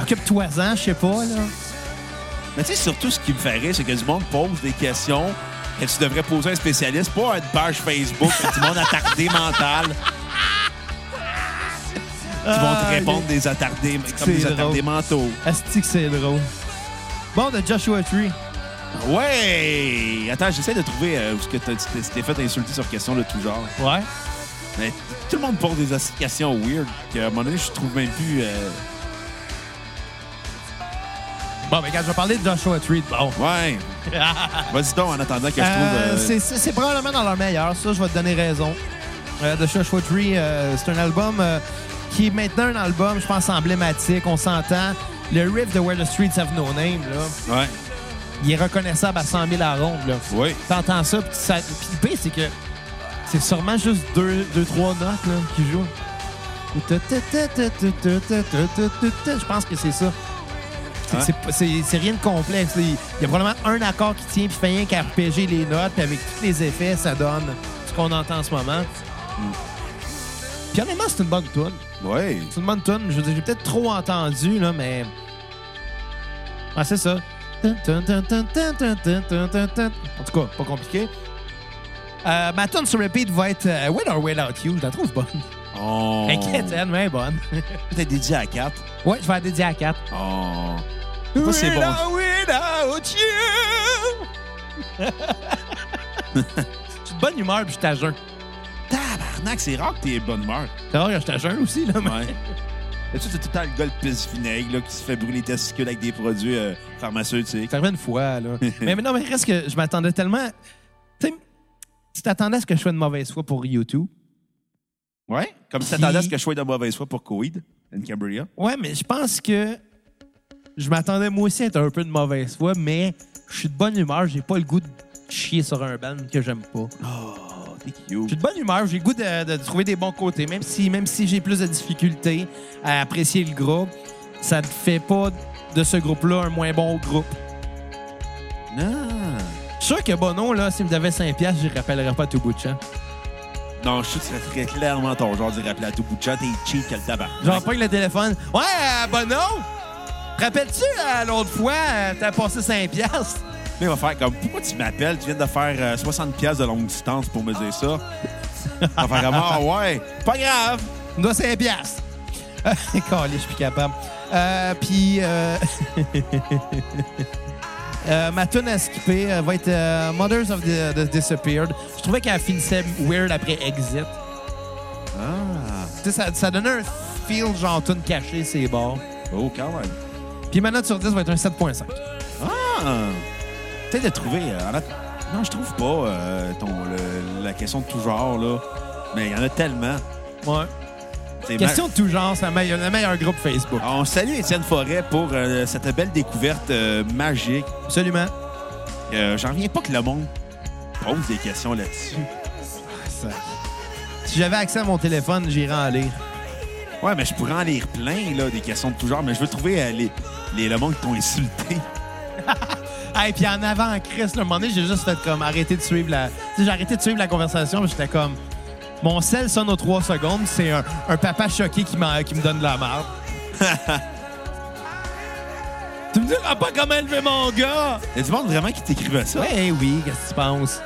Speaker 1: Occupe-toi-en, je sais pas, là.
Speaker 3: Mais tu sais, surtout, ce qui me fait rire, c'est que du monde pose des questions que tu devrais poser à un spécialiste, pas à une page Facebook, que du monde attardé [LAUGHS] mental. Qui vont te
Speaker 1: Ah,
Speaker 3: répondre des attardés, comme des
Speaker 1: C'est
Speaker 3: attardés mentaux.
Speaker 1: Asti que c'est drôle. Bon, de Joshua Tree.
Speaker 3: Ouais! Attends, j'essaie de trouver euh, où ce que t'as- tu t'es- t'es fait insulter sur question de tout genre.
Speaker 1: Ouais.
Speaker 3: Mais tout le monde pose des hosties de questions weird qu'à un moment donné, je trouve même plus. euh,
Speaker 1: Bon, mais quand je vais parler de Joshua Tree, bon. [LAUGHS]
Speaker 3: Ouais! Vas-y donc en attendant que je trouve.
Speaker 1: Euh,
Speaker 3: euh,
Speaker 1: c'est- C'est c'est probablement dans leur meilleur, ça, je vais te donner raison. Euh, The Joshua Tree, euh, c'est un album euh, qui est maintenant un album, je pense, emblématique, on s'entend. Le riff de Where the Streets Have No Name, là,
Speaker 3: Ouais.
Speaker 1: il est reconnaissable à 100 000 à la ronde. Là.
Speaker 3: Oui.
Speaker 1: T'entends ça, puis ça- puis le pire, c'est que c'est sûrement juste deux, deux trois notes là, qui jouent. Je pense que c'est ça. C'est-
Speaker 3: Ouais.
Speaker 1: c'est pas- C'est c'est rien de complexe. Il y a probablement un accord qui tient, puis fait rien qu'à repéger les notes, puis avec tous les effets, ça donne ce qu'on entend en ce moment. Puis honnêtement, c'est une bonne tune.
Speaker 3: Ouais.
Speaker 1: C'est une bonne tune. Je veux dire, j'ai peut-être trop entendu, là, mais. Ah, c'est ça. Tun, tun, tun, tun, tun, tun, tun, tun, tun, tun. En tout cas, pas compliqué. Euh, ma tune sur repeat va être euh, With or Without You. Je la trouve bonne.
Speaker 3: Oh.
Speaker 1: Inquiète, hein? elle, mais bonne.
Speaker 3: T'es dédié à 4.
Speaker 1: [LAUGHS] ouais, je vais la dédier à 4.
Speaker 3: Oh. Toi, c'est bon.
Speaker 1: Without [LAUGHS] You. Je suis de bonne humeur puis je suis à jeun.
Speaker 3: Tabarnak, c'est rare que t'es de bonne humeur.
Speaker 1: C'est rare que je suis à jeun aussi, là. mais-
Speaker 3: Ouais.
Speaker 1: [LAUGHS]
Speaker 3: Et tu, c'est tout le temps le gars le pisse vinaigre là, qui se fait brûler les testicules avec des produits euh, pharmaceutiques.
Speaker 1: Ça arrivait une fois, là. mais, mais non, mais reste que je m'attendais tellement. Tu sais, tu t'attendais à ce que je sois de mauvaise foi pour YouTube.
Speaker 3: Ouais. Comme si t'attendais à ce que je sois de mauvaise foi pour Coïd, in Cambria.
Speaker 1: Ouais, mais je pense que je m'attendais moi aussi à être un peu de mauvaise foi, mais je suis de bonne humeur, j'ai pas le goût de chier sur un band que j'aime pas.
Speaker 3: Oh, t'es
Speaker 1: Je suis
Speaker 3: cute.
Speaker 1: de bonne humeur, j'ai le goût de, de trouver des bons côtés, même si, même si j'ai plus de difficultés à apprécier le groupe, ça ne fait pas de ce groupe-là un moins bon groupe.
Speaker 3: Non.
Speaker 1: Je suis sûr que Bono, là, s'il me devait 5$, je ne rappellerais pas tout bout de champ.
Speaker 3: Non, je suis sûr que ça serait clairement ton genre de rappeler à tout bout de chat, t'es cheap que le tabac.
Speaker 1: Genre, pogne le téléphone. Ouais, euh, Bono! Rappelles-tu euh, l'autre fois, euh, t'as passé 5$?
Speaker 3: Mais il va faire comme, pourquoi tu m'appelles? Tu viens de faire euh, 60 pièces de longue distance pour me dire ça. [LAUGHS] On va faire comme, ah ouais, pas grave.
Speaker 1: On doit 5 piastres. [LAUGHS] Calé, je suis plus capable. Euh, Puis, euh... [LAUGHS] euh, ma tune à skipper euh, va être euh, Mothers of the, the Disappeared. Je trouvais qu'elle finissait weird après Exit.
Speaker 3: Ah,
Speaker 1: Tu sais, ça, ça donnait un feel genre tune cachée, c'est bon.
Speaker 3: oh, quand même.
Speaker 1: Puis ma note sur 10 va être un 7.5.
Speaker 3: Ah! Peut-être de trouver. euh, en att- non, je trouve pas euh, ton, le- la question de tout genre, là. Mais il y en a tellement.
Speaker 1: Ouais.
Speaker 3: C'est
Speaker 1: Question de tout genre, c'est la meille- le meilleur groupe Facebook.
Speaker 3: ma- On salue Étienne Forêt pour euh, cette belle découverte euh, magique.
Speaker 1: Absolument.
Speaker 3: Euh, J'en reviens pas que le monde pose des questions là-dessus.
Speaker 1: Ça. Si j'avais accès à mon téléphone, j'irais en lire.
Speaker 3: Ouais, mais je pourrais en lire plein, là, des questions de tout genre, mais je veux trouver euh, les, les- le monde qui t'ont insulté.
Speaker 1: Hey, puis en avant, en Chris, le moment donné, j'ai juste fait comme arrêter de suivre la. tu sais, j'ai arrêté de suivre la conversation, mais j'étais comme. Mon sel sonne aux trois secondes, c'est un, un papa choqué qui, m'en- qui me donne de la [LAUGHS] merde. tu me diras pas comment élever mon gars!
Speaker 3: Il y a du monde vraiment qui t'écrivait ça.
Speaker 1: Ouais, oui, qu'est-ce que tu penses?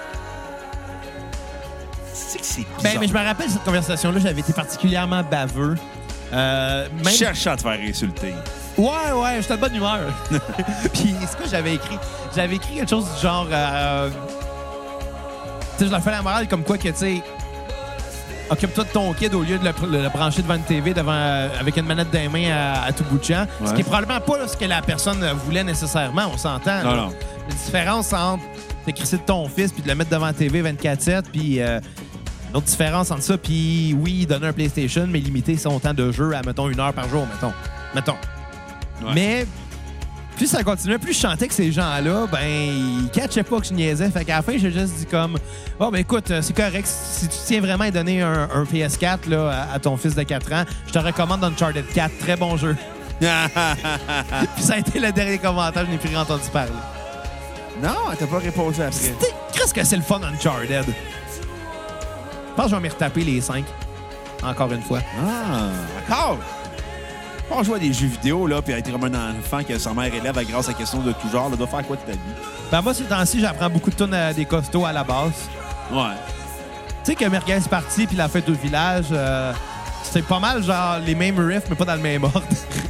Speaker 3: C'est que c'est
Speaker 1: Ben,
Speaker 3: bizarre.
Speaker 1: mais je me rappelle cette conversation-là, j'avais été particulièrement baveux. Euh, même...
Speaker 3: Cherche à te faire insulter.
Speaker 1: Ouais, ouais, j'étais de bonne humeur. [LAUGHS] Puis, c'est quoi j'avais écrit? J'avais écrit quelque chose du genre. euh, Tu sais, je leur fais la morale comme quoi que, tu sais, occupe-toi de ton kid au lieu de le, pr- le brancher devant une TV devant, euh, avec une manette des mains à, à tout bout de champ. Ce
Speaker 3: Ouais.
Speaker 1: qui est probablement pas ce que la personne euh, voulait nécessairement, on s'entend.
Speaker 3: Non,
Speaker 1: là.
Speaker 3: non.
Speaker 1: La différence entre t'écrisser de ton fils puis de le mettre devant la TV 24-7, puis. euh, L'autre différence entre ça, puis oui, donner un PlayStation, mais limiter son temps de jeu à, mettons, une heure par jour, mettons. Mettons. [LAUGHS]
Speaker 3: Ouais.
Speaker 1: Mais plus ça continuait, plus je chantais que ces gens-là, ben, ils catchaient pas que je niaisais. Fait qu'à la fin, j'ai juste dit comme, bon, ben écoute, euh, c'est correct. Si tu tiens vraiment à donner un, un PS4 là, à, à ton fils de 4 ans, je te recommande Uncharted 4. Très bon jeu. [LAUGHS] Puis ça a été le dernier commentaire, je n'ai plus rien entendu parler.
Speaker 3: [LAUGHS] non, elle t'a pas répondu après.
Speaker 1: C'était- Qu'est-ce que c'est le fun Uncharted? Je pense que je vais me retaper les 5. Encore une fois.
Speaker 3: Ah, encore? On joue à des jeux vidéo, là, puis être comme un enfant que sa mère élève à grâce à questions de tout genre, là, doit faire quoi de ta vie?
Speaker 1: Ben moi, ces temps-ci, j'apprends beaucoup de tonnes à des costauds à la base.
Speaker 3: Ouais.
Speaker 1: Tu sais que Merguez est parti puis la fête au village, euh, c'est pas mal genre les mêmes riffs mais pas dans le même ordre. [LAUGHS]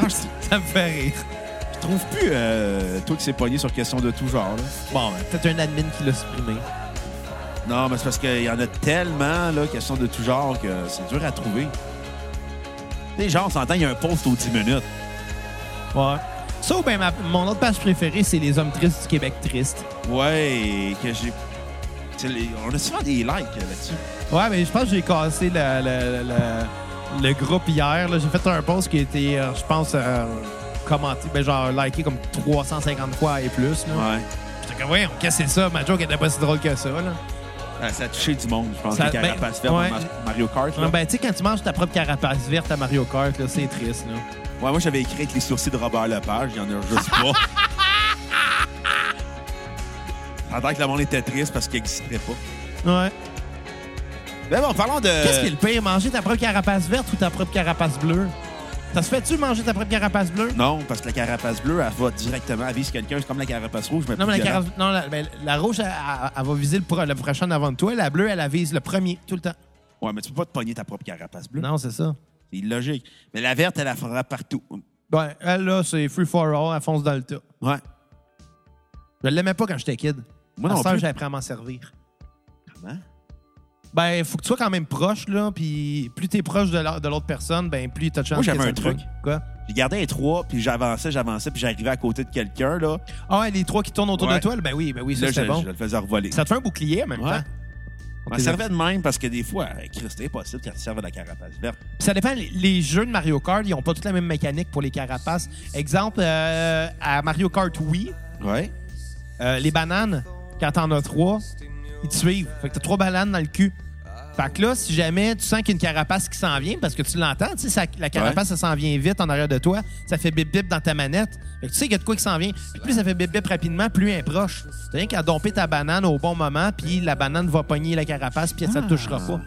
Speaker 3: Non, je,
Speaker 1: Ça me fait rire.
Speaker 3: je trouve plus euh, toi qui s'est pogné sur questions de tout genre, là.
Speaker 1: Bon, ben, peut-être un admin qui l'a supprimé.
Speaker 3: Non, mais c'est parce qu'il y en a tellement, là, questions de tout genre, que c'est dur à trouver. Les gens, on s'entend, il y a un post aux 10 minutes.
Speaker 1: Ouais. Ça ou ben ma- mon autre page préférée c'est les hommes tristes du Québec triste.
Speaker 3: Ouais, que j'ai. c'est les- On a souvent des likes euh, là-dessus.
Speaker 1: Ouais, mais je pense que j'ai cassé le, le- le- le groupe hier. là. J'ai fait un post qui a été, euh, je pense, euh, commenté, ben genre liké comme 350 fois et plus. Là.
Speaker 3: Ouais.
Speaker 1: J'étais comme, ouais, on cassait ça. Ma joke était pas si drôle que ça. Là.
Speaker 3: Ah, Ça a touché du monde, je pense.
Speaker 1: Ça-
Speaker 3: les carapaces
Speaker 1: ben,
Speaker 3: vertes
Speaker 1: ouais.
Speaker 3: dans Mar- Mario Kart. là.
Speaker 1: Non, ben, tu sais, quand tu manges ta propre carapace verte à Mario Kart, là, c'est triste. Là.
Speaker 3: Ouais, moi, j'avais écrit avec les sourcils de Robert Lepage. Il y en a
Speaker 1: [LAUGHS]
Speaker 3: juste pas. Pendant que le monde était triste parce qu'il n'existerait pas.
Speaker 1: Ouais.
Speaker 3: Mais bon, parlons de.
Speaker 1: Qu'est-ce qui est le pire, manger ta propre carapace verte ou ta propre carapace bleue? Ça se fait-tu manger ta propre carapace bleue?
Speaker 3: Non, parce que la carapace bleue, elle va directement à viser quelqu'un. C'est comme la carapace rouge. Mais
Speaker 1: Non, mais la,
Speaker 3: plus violente.
Speaker 1: carapace- non, la, ben, la rouge, elle, elle- elle va viser le, pro- le prochain avant de toi. La bleue, elle, la vise le premier, tout le temps.
Speaker 3: Ouais, mais tu peux pas te pogner ta propre carapace bleue.
Speaker 1: Non, c'est ça.
Speaker 3: C'est illogique. Mais la verte, elle la fera partout.
Speaker 1: Ben, elle, là, c'est free for all, elle fonce dans le tas.
Speaker 3: Ouais.
Speaker 1: Je l'aimais pas quand j'étais kid.
Speaker 3: Moi
Speaker 1: À
Speaker 3: non
Speaker 1: cette heure,
Speaker 3: plus.
Speaker 1: j'ai appris à m'en servir.
Speaker 3: Comment?
Speaker 1: Ben, faut que tu sois quand même proche, là, puis plus t'es proche de la- de l'autre personne, ben, plus t'as de chance
Speaker 3: Moi, j'avais
Speaker 1: que ça
Speaker 3: un
Speaker 1: te
Speaker 3: truc.
Speaker 1: fuck. Quoi?
Speaker 3: J'ai gardé les trois, puis j'avançais, j'avançais, puis j'arrivais à côté de quelqu'un, là.
Speaker 1: Ah, ouais, les trois qui tournent autour
Speaker 3: Ouais.
Speaker 1: de toi, là, ben oui, ben oui, ça,
Speaker 3: Là, je,
Speaker 1: c'était bon.
Speaker 3: je le faisais revoler.
Speaker 1: Ça te fait un bouclier en même
Speaker 3: Ouais.
Speaker 1: temps.
Speaker 3: On m'en servait de même parce que des fois, euh, Christ, c'est impossible quand tu serves de la carapace verte.
Speaker 1: Ça dépend. les- Les jeux de Mario Kart, ils n'ont pas toute la même mécanique pour les carapaces. Exemple, euh, à Mario Kart Wii,
Speaker 3: Ouais.
Speaker 1: euh, les bananes, quand t'en as trois, ils te suivent. Fait que t'as trois bananes dans le cul. Fait que là, si jamais tu sens qu'il y a une carapace qui s'en vient, parce que tu l'entends, tu sais, ça- la carapace, ça s'en vient vite en arrière de toi, ça fait bip-bip dans ta manette. Fait que tu sais qu'il y a de quoi qui s'en vient. Puis plus ça fait bip-bip rapidement, plus elle est proche. T'as rien qu'à domper ta banane au bon moment, puis la banane va pogner la carapace, puis ça te touchera pas.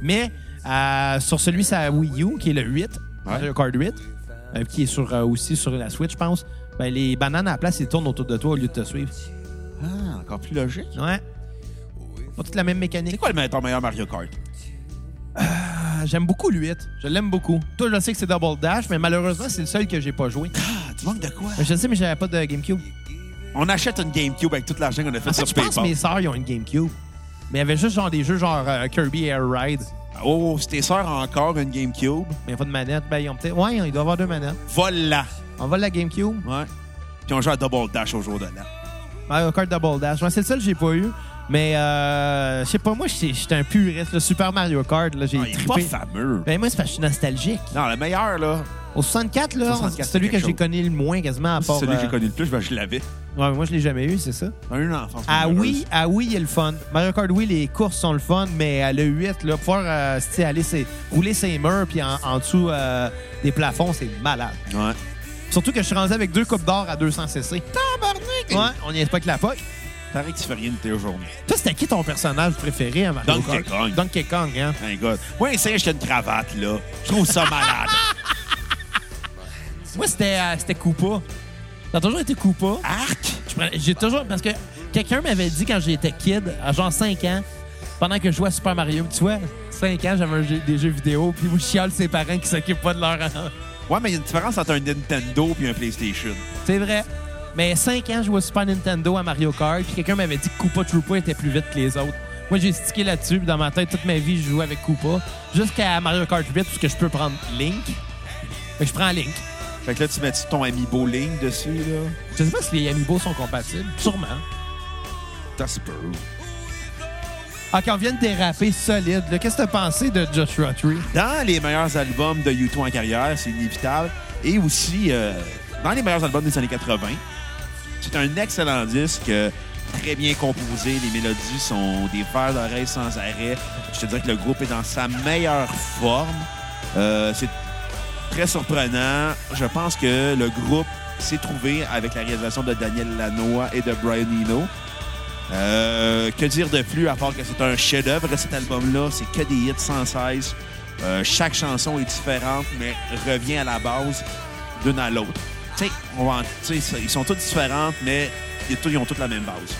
Speaker 1: Mais euh, sur celui à Wii U, qui est le 8, Mario Kart 8, euh, qui est sur, euh, aussi sur la Switch, je pense, ben, les bananes à la place, ils tournent autour de toi au lieu de te suivre.
Speaker 3: Ah, encore plus logique.
Speaker 1: Ouais. Pas toute la même
Speaker 3: C'est
Speaker 1: mécanique.
Speaker 3: quoi le me- ton meilleur Mario Kart?
Speaker 1: Ah, J'aime beaucoup le 8. Je l'aime beaucoup. Toi, je sais que c'est Double Dash, mais malheureusement, c'est le seul que j'ai pas joué.
Speaker 3: Ah, tu manques de quoi?
Speaker 1: Je sais, mais j'avais pas de GameCube.
Speaker 3: On achète une GameCube avec tout l'argent qu'on a fait
Speaker 1: En
Speaker 3: sur
Speaker 1: fait, je pense que
Speaker 3: PayPal.
Speaker 1: mes sœurs, ils ont une GameCube. Mais il y avait juste genre des jeux genre euh, Kirby Air Ride.
Speaker 3: Oh, si tes sœurs ont encore une GameCube,
Speaker 1: Mais pas de manette. Ben, ils ont peut-être. Ouais, ils doivent avoir deux manettes.
Speaker 3: vole-la.
Speaker 1: On vole la GameCube.
Speaker 3: Ouais. Puis on joue à Double Dash au jour de l'an.
Speaker 1: Mario Kart Double Dash. Ouais, c'est le seul que j'ai pas eu. Mais, euh, je sais pas, moi, j'étais j'étais un puriste. Le Super Mario Kart, là, j'ai
Speaker 3: Ah, il est pas
Speaker 1: trippé.
Speaker 3: fameux.
Speaker 1: Ben, moi, c'est parce que je suis nostalgique.
Speaker 3: Non, le meilleur, là,
Speaker 1: Au 64, là,
Speaker 3: 64,
Speaker 1: c'est celui
Speaker 3: c'est
Speaker 1: que
Speaker 3: quelque
Speaker 1: j'ai
Speaker 3: chose.
Speaker 1: connu le moins quasiment à
Speaker 3: c'est
Speaker 1: part.
Speaker 3: celui que j'ai
Speaker 1: euh,
Speaker 3: connu le plus, ben, je l'avais.
Speaker 1: Ouais, mais moi, je l'ai jamais eu, c'est ça.
Speaker 3: Dans une enfance.
Speaker 1: Ah
Speaker 3: malheureuse.
Speaker 1: oui, ah oui, il est le fun. Mario Kart, oui, les courses sont le fun, mais euh, le 8, là, pouvoir euh, tu sais, aller ses- rouler ses murs puis en, en dessous euh, des plafonds, c'est malade.
Speaker 3: Ouais.
Speaker 1: Surtout que je suis rendu avec deux coupes d'or à 200cc.
Speaker 3: Tabarnak!
Speaker 1: Ouais, on y est pas que la poque.
Speaker 3: Paraît que tu fais rien de tes journées.
Speaker 1: Toi, c'était qui ton personnage préféré à Mario
Speaker 3: Donkey
Speaker 1: Kart?
Speaker 3: Kong.
Speaker 1: Donkey Kong, hein?
Speaker 3: My God. Ouais, c'est j'ai une cravate, là. Je trouve ça malade. [LAUGHS]
Speaker 1: Moi, c'était euh, c'était Koopa. T'as toujours été Koopa.
Speaker 3: Arc!
Speaker 1: Je prenais- J'ai toujours. Parce que quelqu'un m'avait dit quand j'étais kid, à genre 5 ans, pendant que je jouais à Super Mario, tu vois, 5 ans, j'avais un jeu- des jeux vidéo, puis moi, je chiale ses parents qui s'occupent pas de leur.
Speaker 3: Ouais, mais il y a une différence entre un Nintendo et un PlayStation.
Speaker 1: C'est vrai. Mais 5 ans, je jouais au Super Nintendo à Mario Kart, puis quelqu'un m'avait dit que Koopa Troopa était plus vite que les autres. Moi, j'ai stické là-dessus, puis dans ma tête, toute ma vie, je jouais avec Koopa, jusqu'à Mario Kart 8, parce que je peux prendre Link. Fait que je prends Link.
Speaker 3: Fait que là, tu mets ton ami Bowling dessus, là.
Speaker 1: Je sais pas si les Amiibo sont compatibles. Sûrement.
Speaker 3: Ça se peut.
Speaker 1: Ah, quand on vient de déraper solide, là, qu'est-ce que t'as pensé de Joshua Tree?
Speaker 3: Dans les meilleurs albums de U2 en carrière, c'est inévitable. Et aussi, euh, dans les meilleurs albums des années 80, c'est un excellent disque, euh, très bien composé. Les mélodies sont des vers d'oreilles sans arrêt. Je te dirais que le groupe est dans sa meilleure forme. Euh, c'est très surprenant. Je pense que le groupe s'est trouvé avec la réalisation de Daniel Lanois et de Brian Eno. Euh, que dire de plus à part que c'est un chef-d'œuvre, cet album-là? C'est que des hits sans cesse. Euh, chaque chanson est différente, mais revient à la base d'une à l'autre. Tu sais, on va en- tu sais, ça- ils sont tous différentes, mais ils, tous- ils ont toutes la même base.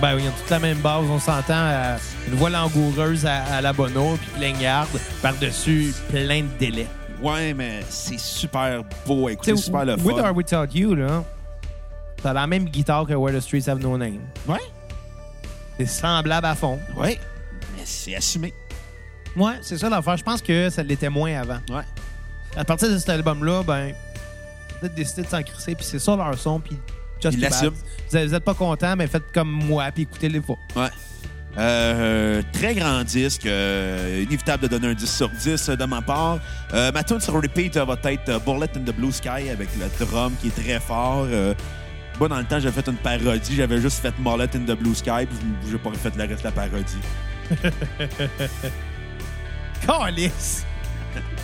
Speaker 1: Ben oui, ils ont toute la même base, on s'entend. euh, une voix langoureuse à, à la Bono, puis plaignarde, par-dessus plein de délais.
Speaker 3: Ouais, mais c'est super beau à écouter,
Speaker 1: T'sais,
Speaker 3: c'est super le
Speaker 1: With
Speaker 3: fun.
Speaker 1: or Without You, là, t'as la même guitare que Where the Streets Have No Name.
Speaker 3: Ouais,
Speaker 1: C'est semblable à fond.
Speaker 3: ouais, mais c'est assumé.
Speaker 1: Ouais, c'est ça l'affaire. Je pense que ça l'était moins avant.
Speaker 3: Ouais.
Speaker 1: À partir de cet album-là, ben, vous êtes décidé de s'en crisser, puis c'est ça leur son, puis just
Speaker 3: Ils
Speaker 1: the
Speaker 3: l'assument.
Speaker 1: bass. Vous êtes- Vous êtes pas content, mais faites comme moi, puis écoutez-les pas.
Speaker 3: Ouais. Euh, très grand disque. euh, inévitable de donner un 10 sur 10 euh, de ma part. Euh, ma tune sur repeat euh, va être euh, Bullet in the Blue Sky avec le drum qui est très fort. Euh, moi, dans le temps, j'avais fait une parodie. J'avais juste fait Bullet in the Blue Sky, puis j'ai pas refait le reste de la parodie.
Speaker 1: Calice!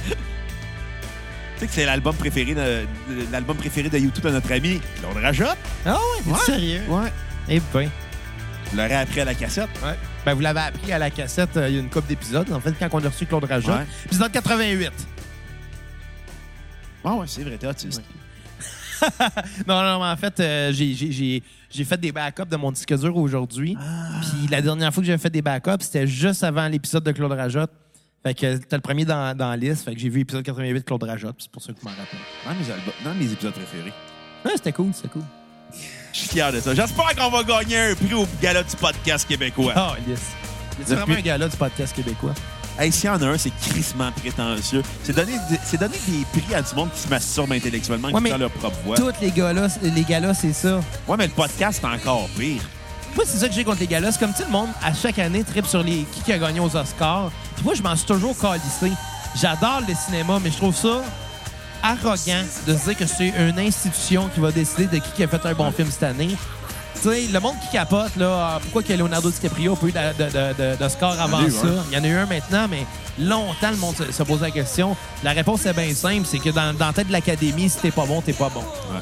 Speaker 3: Tu sais que c'est l'album préféré de, de- l'album préféré de YouTube de notre ami Claude Rajot.
Speaker 1: Ah ouais, t'es sérieux?
Speaker 3: Ouais.
Speaker 1: Eh ben.
Speaker 3: Vous l'aurez appris à la cassette.
Speaker 1: Ouais. Ben, vous l'avez appris à la cassette euh, il y a une couple d'épisodes, en fait, quand on a reçu Claude Rajat.
Speaker 3: Ouais.
Speaker 1: Puis c'est dans le 88.
Speaker 3: Ah ouais, c'est vrai, t'es autiste.
Speaker 1: Non, non, mais en fait, euh, j'ai- j'ai- j'ai j'ai fait des backups de mon disque dur aujourd'hui. Puis la dernière fois que j'avais fait des backups, c'était juste avant l'épisode de Claude Rajotte. Fait que t'es le premier dans, dans la liste. Fait que j'ai vu l'épisode 88 de Claude Rajotte. puis C'est pour ça que je m'en rappelle.
Speaker 3: Dans, mes albums, dans mes épisodes préférés.
Speaker 1: Ouais, Ah, c'était cool, c'était cool.
Speaker 3: Je suis fier de ça. J'espère qu'on va gagner un prix au gala du podcast québécois.
Speaker 1: Ah, yes. C'est
Speaker 3: Depuis-
Speaker 1: vraiment un gars-là du podcast québécois.
Speaker 3: Hey, s'il y en a un, c'est crissement prétentieux. C'est donner, c'est donner des prix à du monde qui se masturbe intellectuellement,
Speaker 1: Ouais,
Speaker 3: qui
Speaker 1: mais-
Speaker 3: prend leur propre voix.
Speaker 1: Tous les gars-là, les gars-là, c'est ça.
Speaker 3: Ouais, mais le podcast, c'est encore pire.
Speaker 1: Moi, c'est ça que j'ai contre les galas. C'est comme, tu sais, le monde, à chaque année, tripe sur les qui qui a gagné aux Oscars. Puis moi, je m'en suis toujours calissé. J'adore le cinéma, mais je trouve ça arrogant de se dire que c'est une institution qui va décider de qui qui a fait un bon film cette année. Tu sais, le monde qui capote, là, ah, pourquoi que Leonardo DiCaprio a pas eu d'Oscar de, de, de- d'Oscar avant
Speaker 3: en a eu
Speaker 1: ça?
Speaker 3: un.
Speaker 1: Il y en a eu un maintenant, mais longtemps, le monde se, se pose la question. La réponse est bien simple, c'est que dans, dans la tête de l'Académie, si t'es pas bon, t'es pas bon.
Speaker 3: Ouais.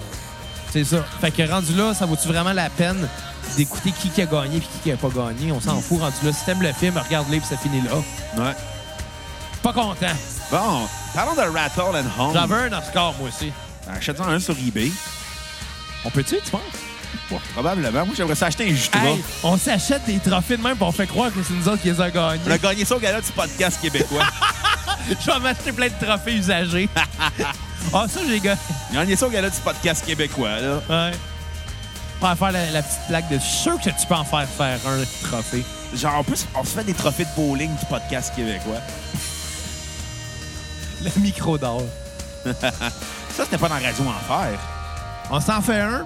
Speaker 1: C'est ça. Fait que rendu là, ça vaut-tu vraiment la peine d'écouter qui, qui a gagné puis qui, qui a pas gagné? On s'en fout. Rendu là, si t'aimes le film, regarde-le puis ça finit là.
Speaker 3: Ouais.
Speaker 1: Pas content.
Speaker 3: Bon, parlons de Rattle and Home.
Speaker 1: J'en veux un Oscar, moi aussi.
Speaker 3: Achète-en un sur eBay.
Speaker 1: On peut-tu, tu penses?
Speaker 3: Ouais, probablement. Moi, j'aimerais s'acheter un Jutra.
Speaker 1: Hey, on s'achète des trophées de même pour on fait croire que c'est nous autres qui les a
Speaker 3: On a
Speaker 1: gagnés.
Speaker 3: gagné ça au gala du podcast
Speaker 1: [LAUGHS]
Speaker 3: québécois.
Speaker 1: Je vais m'acheter plein de trophées usagés. Ah, ça, j'ai gagné.
Speaker 3: On a gagné ça au gala du podcast québécois, là.
Speaker 1: Ouais. Pas faire la, la petite plaque de. Je suis sûr que tu peux en faire faire un trophée.
Speaker 3: Genre, en plus, on se fait des trophées de bowling du podcast québécois.
Speaker 1: Le micro d'or.
Speaker 3: Ça, c'était pas dans Radio Enfer.
Speaker 1: On s'en fait un.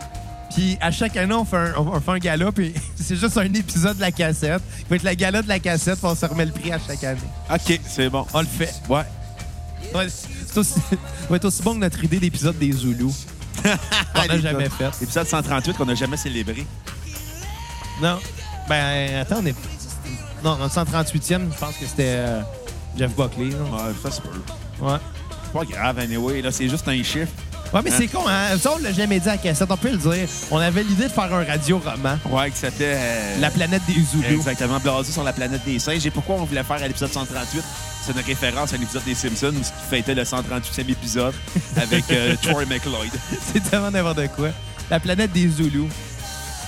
Speaker 1: Puis à chaque année, on fait un, on- on fait un gala. Puis [LAUGHS] c'est juste un épisode de la cassette. Il va être la gala de la cassette. Puis on se remet le prix à chaque année.
Speaker 3: OK, c'est bon.
Speaker 1: On le fait.
Speaker 3: Ouais.
Speaker 1: Ouais, c'est aussi- [LAUGHS] ça va être aussi bon que notre idée d'épisode des Zoulous. qu'on n'a jamais fait.
Speaker 3: Épisode 138 qu'on n'a jamais célébré.
Speaker 1: Non. Ben, attends, on est. Non, dans le 138e, je pense que c'était euh, Jeff Buckley. là.
Speaker 3: Ouais, ça se peut.
Speaker 1: Ouais.
Speaker 3: C'est Pas grave, anyway. Là, c'est juste un chiffre.
Speaker 1: Ouais, mais
Speaker 3: Hein?
Speaker 1: c'est con, hein? Ça, on l'a jamais dit à la cassette, on peut le dire. On avait l'idée de faire un radio-roman,
Speaker 3: Ouais, que c'était. euh,
Speaker 1: La planète des Zoulous.
Speaker 3: Exactement, blasé sur la planète des singes. Et pourquoi on voulait faire à l'épisode 138? C'est une référence à l'épisode des Simpsons, qui fêtait le 138e épisode avec
Speaker 1: [LAUGHS]
Speaker 3: euh, Troy McLeod.
Speaker 1: [LAUGHS] C'est tellement n'importe quoi. La planète des Zoulous.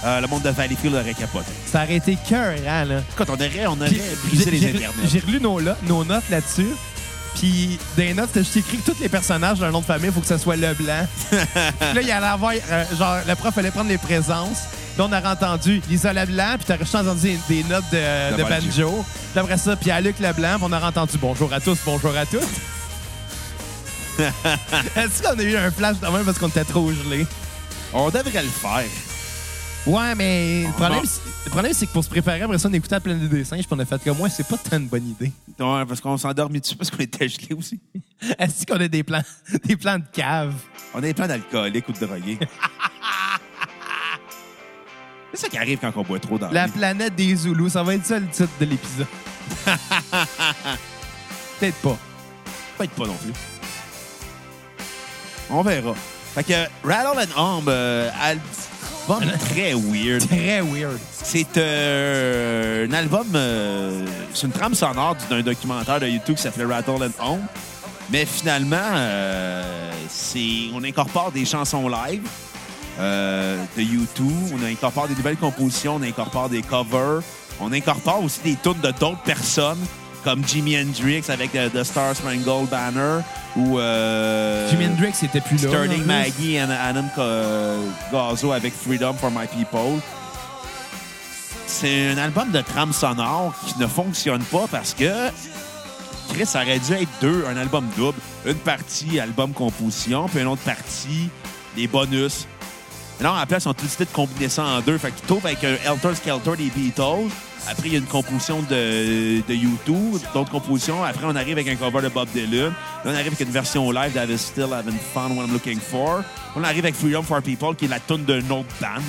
Speaker 3: Euh, le monde de Valleyfield aurait capoté.
Speaker 1: Ça aurait été cœur, là.
Speaker 3: Écoute, on aurait, on aurait
Speaker 1: Puis,
Speaker 3: brisé
Speaker 1: j'ai-
Speaker 3: les
Speaker 1: j'ai-
Speaker 3: internets.
Speaker 1: J'ai relu nos, lo- nos notes là-dessus. Puis, dans les notes, c'était juste écrit que tous les personnages d'un nom de famille, il faut que ça soit Leblanc. puis là, il allait avoir. euh, genre, le prof allait prendre les présences. Là, on aurait entendu Lisa Leblanc, puis t'aurais juste entendu des, des notes de, de
Speaker 3: De banjo.
Speaker 1: banjo. Puis après ça, puis à Luc Leblanc, puis on aurait entendu bonjour à tous, bonjour à
Speaker 3: [LAUGHS]
Speaker 1: toutes. Est-ce qu'on a eu un flash quand même parce qu'on était trop gelés?
Speaker 3: On devrait le faire.
Speaker 1: Ouais, mais le
Speaker 3: Ah,
Speaker 1: problème,
Speaker 3: bon.
Speaker 1: c'est- le problème, c'est que pour se préparer, après ça, on écoutait la planète des singes, puis on a fait comme moi, c'est pas tant une bonne idée.
Speaker 3: Ouais, parce qu'on s'endormit dessus, parce qu'on était gelés aussi.
Speaker 1: [LAUGHS] Est-ce qu'on a des plans, des plans de cave?
Speaker 3: On a des plans d'alcooliques ou de
Speaker 1: [LAUGHS]
Speaker 3: drogués. C'est ça qui arrive quand on boit trop dans la
Speaker 1: La
Speaker 3: vie.
Speaker 1: planète des Zoulous, ça va être ça le titre de
Speaker 3: [LAUGHS]
Speaker 1: l'épisode. Peut-être pas.
Speaker 3: Peut-être pas non plus. On verra. Fait que Rattle and Hum, euh, album très weird.
Speaker 1: Très weird.
Speaker 3: C'est euh, un album, euh, c'est une trame sonore d'un documentaire de YouTube qui s'appelait Rattle and Home. Mais finalement, euh, c'est, on incorpore des chansons live euh, de YouTube, on incorpore des nouvelles compositions, on incorpore des covers, on incorpore aussi des tunes de d'autres personnes comme Jimi Hendrix avec euh, The Star Spangled Banner ou euh,
Speaker 1: Jimi Hendrix était plus là.
Speaker 3: Sterling
Speaker 1: en plus.
Speaker 3: Maggie et Adam Ca- Gazzo euh, avec Freedom for My People. C'est un album de trame sonore qui ne fonctionne pas parce que Chris ça aurait dû être deux, un album double. Une partie album composition, puis une autre partie des bonus. Mais non, à la place, on a tout décidé de combiner ça en deux. Fait que tu trouves avec un Helter Skelter des Beatles. Après, il y a une composition de, de U2, d'autres compositions. Après, on arrive avec un cover de Bob Dylan. Là, on arrive avec une version live d'I Still Haven't Found What I'm Looking For. On arrive avec Freedom for People, qui est la tune d'un autre band.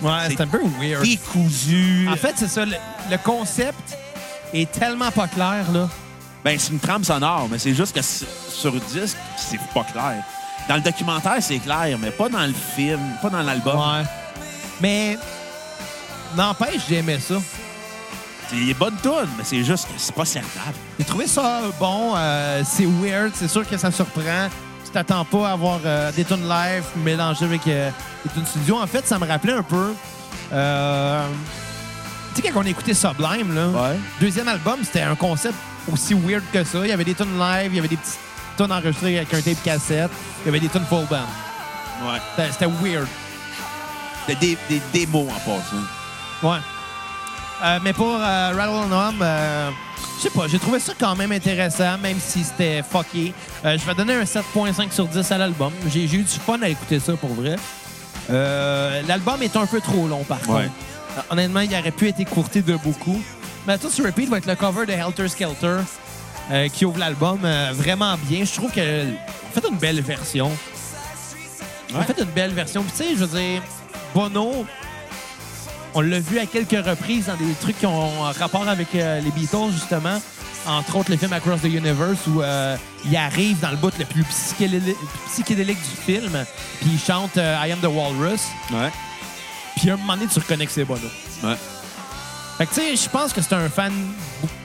Speaker 1: Ouais, c'est un peu weird.
Speaker 3: Décousu.
Speaker 1: En fait, c'est ça. Le, le concept est tellement pas clair, là.
Speaker 3: Ben, c'est une trame sonore, mais c'est juste que s- sur disque, c'est pas clair. Dans le documentaire, c'est clair, mais pas dans le film, pas dans l'album.
Speaker 1: Ouais. Mais n'empêche, j'aimais ça.
Speaker 3: C'est des bonnes tunes, mais c'est juste que c'est pas certable.
Speaker 1: J'ai trouvé ça bon. euh, c'est weird. C'est sûr que ça surprend. Tu t'attends pas à avoir euh, des tunes live mélangées avec euh, des tunes studio. En fait, ça me rappelait un peu. euh, tu sais, quand on écoutait Sublime, là,
Speaker 3: Ouais.
Speaker 1: deuxième album, c'était un concept aussi weird que ça. Il y avait des tunes live, il y avait des petites tunes enregistrées avec un tape cassette, il y avait des tunes full band.
Speaker 3: Ouais.
Speaker 1: C'était- C'était weird.
Speaker 3: T'as des, des démos en passant.
Speaker 1: Ouais. Euh, mais pour euh, Rattle and Hum, euh, je sais pas, j'ai trouvé ça quand même intéressant, même si c'était fucké. Euh, je vais donner un 7.5 sur 10 à l'album. J'ai j'ai eu du fun à écouter ça pour vrai. Euh, l'album est un peu trop long par contre.
Speaker 3: Ouais.
Speaker 1: Euh, Honnêtement, il aurait pu être écourté de beaucoup. Mais tout sur repeat va être le cover de Helter Skelter euh, qui ouvre l'album euh, vraiment bien. Je trouve que en fait une belle version. En
Speaker 3: Ouais.
Speaker 1: fait une belle version. Puis tu sais, je veux dire, Bono, on l'a vu à quelques reprises dans des trucs qui ont un rapport avec euh, les Beatles, justement. Entre autres, le film Across the Universe, où euh, il arrive dans le bout le plus psychédélique, psychédélique du film, puis il chante euh, I Am the Walrus,
Speaker 3: Ouais.
Speaker 1: puis à un moment donné, tu reconnais que c'est Bono.
Speaker 3: Ouais.
Speaker 1: Fait que, tu sais, je pense que c'est un fan,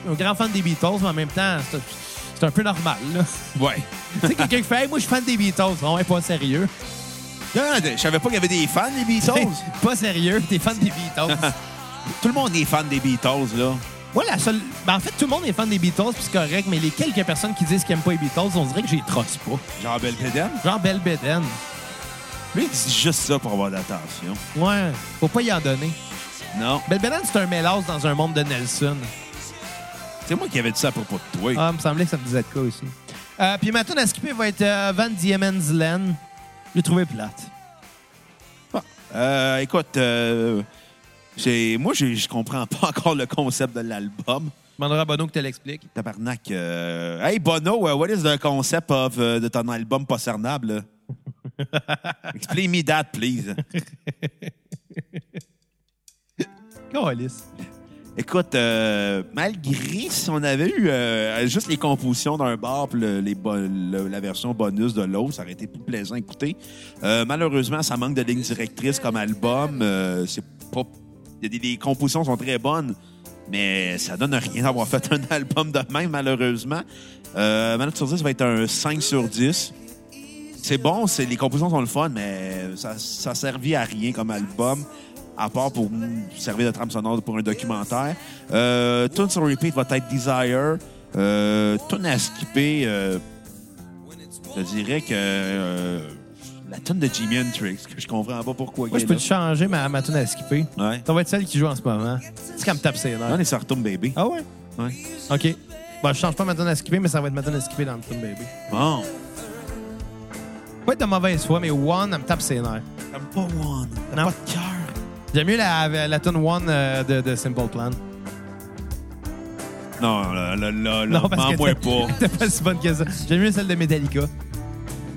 Speaker 1: un grand fan des Beatles, mais en même temps, c'est- c'est un peu normal, là.
Speaker 3: Ouais.
Speaker 1: tu sais, quelqu'un qui fait, Hey, moi, je suis fan des Beatles. Non, ouais, pas sérieux.
Speaker 3: Non, non, je savais pas qu'il y avait des fans des
Speaker 1: Hey,
Speaker 3: Beatles.
Speaker 1: [LAUGHS] pas sérieux, t'es fan des Beatles.
Speaker 3: Tout le monde est fan des Beatles, là.
Speaker 1: Moi, la seule. ben, en fait, tout le monde est fan des Beatles, puis c'est correct, mais les quelques personnes qui disent qu'ils n'aiment pas les Beatles, on dirait que j'y trosse pas.
Speaker 3: Jean Belvedere.
Speaker 1: Genre Belbeden.
Speaker 3: Lui, il dit juste ça pour avoir de l'attention.
Speaker 1: Ouais, faut pas y en donner.
Speaker 3: Non.
Speaker 1: Belbeden, c'est un mélange dans un monde de Nelson.
Speaker 3: C'est moi qui avais dit ça à propos de toi.
Speaker 1: Ah, il me semblait que ça me disait de quoi aussi. Euh, puis maintenant, à skipper va être euh, Van Diemen's Land. Je l'ai trouvé plate.
Speaker 3: Euh, écoute, euh, j'ai- moi, j'ai- je comprends pas [LAUGHS] encore le concept de l'album.
Speaker 1: Je demanderai à Bono que tu l'expliques.
Speaker 3: Tabarnak. euh, Hey, Bono, uh, what is the concept of, uh, de ton album pas cernable? Explain me that, please.
Speaker 1: Calice.
Speaker 3: Écoute, euh, malgré si on avait eu euh, juste les compositions d'un bar puis le- les bo- le- la version bonus de l'autre, ça aurait été plus plaisant à écouter. Euh, malheureusement, ça manque de ligne directrice comme album. Euh, c'est pas... des- des- les compositions sont très bonnes, mais ça donne rien d'avoir fait un [LAUGHS] album de même, malheureusement. Euh, Ma note sur 10 va être un 5 sur 10. C'est bon, c'est les compositions sont le fun, mais ça, ça servit à rien comme album, à part pour mm, servir de trame sonore pour un documentaire. Euh, tune sur repeat va être Desire. Euh, tune à skipper, euh, je dirais que euh, la tune de Jimi Hendrix, que je comprends pas pourquoi.
Speaker 1: Moi,
Speaker 3: il
Speaker 1: je
Speaker 3: est
Speaker 1: peux
Speaker 3: là.
Speaker 1: te changer ma, ma tune à skipper.
Speaker 3: Ouais.
Speaker 1: Ça va être celle qui joue en ce moment. C'est quand me tape ses nerfs.
Speaker 3: Non, les Sartum Baby.
Speaker 1: Ah ouais?
Speaker 3: Ouais.
Speaker 1: OK. Bon, je change pas ma tune à skipper, mais ça va être ma tune à skipper dans le film, baby.
Speaker 3: Bon.
Speaker 1: Pas être de mauvaise foi, mais One, elle me tape ses nerfs.
Speaker 3: T'aimes pas One. T'as
Speaker 1: Non.
Speaker 3: pas de cœur.
Speaker 1: J'aime mieux la, la tune One euh, de, de Simple Plan.
Speaker 3: Non, là, là, là, là, m'envoie pas.
Speaker 1: t'es pas si bonne que ça. J'aime mieux celle de Metallica. [LAUGHS]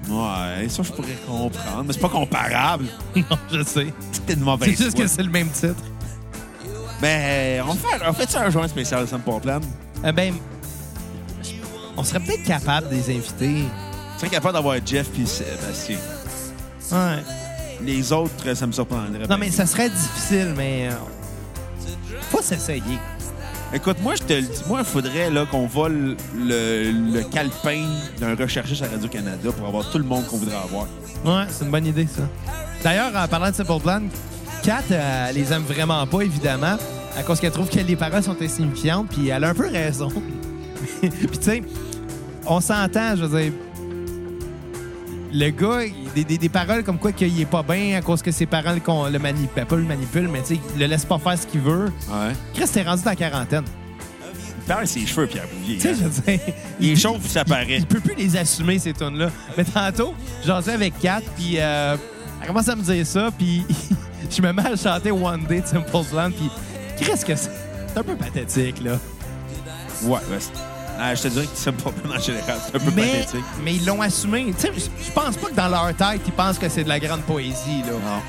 Speaker 3: Ouais, ça, je pourrais comprendre. Mais c'est pas comparable.
Speaker 1: non, je sais.
Speaker 3: C'était une
Speaker 1: C'est
Speaker 3: mauvaise
Speaker 1: juste
Speaker 3: foi.
Speaker 1: que c'est le même titre.
Speaker 3: Ben, on fait, on fait ça un joint spécial, ça me pas plan.
Speaker 1: Euh, ben, on serait peut-être capable de les inviter.
Speaker 3: Tu serais capable d'avoir Jeff puis Sébastien.
Speaker 1: Ouais.
Speaker 3: Les autres, euh, ça me surprendrait. Ben,
Speaker 1: Non,
Speaker 3: bien.
Speaker 1: mais ça serait difficile, mais. euh, Faut s'essayer.
Speaker 3: Écoute, moi, je te le dis, moi, il faudrait là, qu'on vole le, le calepin d'un recherchiste à Radio-Canada pour avoir tout le monde qu'on voudrait avoir.
Speaker 1: Ouais, c'est une bonne idée, ça. D'ailleurs, en parlant de Simple Plan, Kat, euh, elle les aime vraiment pas, évidemment, à cause qu'elle trouve que les paroles sont insignifiantes, puis elle a un peu raison. [LAUGHS] puis, tu sais, on s'entend, je veux dire. Le gars, il- des, des- des paroles comme quoi qu'il est pas bien à cause que ses parents le, con- le manipulent, pas le manipulent, mais tu sais, il le laisse pas faire ce qu'il veut.
Speaker 3: Ouais.
Speaker 1: Chris, t'es rendu dans la quarantaine.
Speaker 3: Il perd ses cheveux, Pierre Bouvier.
Speaker 1: Tu sais, je
Speaker 3: hein.
Speaker 1: veux dire.
Speaker 3: Il est chauve, ça paraît.
Speaker 1: il peut plus les assumer, ces tunes-là. Mais tantôt, j'en sais avec Kat, puis euh, elle commence à me dire ça, puis [LAUGHS] je me mets à chanter One Day de Simple Plan, puis qu'est-ce que c'est? C'est un peu pathétique, là.
Speaker 3: Ouais, ouais, c'est- Ah, je te dirais que tu pas bien en général. C'est un peu
Speaker 1: mais,
Speaker 3: pathétique.
Speaker 1: mais ils l'ont assumé. Tu sais, je- je pense pas que dans leur tête, ils pensent que c'est de la grande poésie, là.
Speaker 3: Non.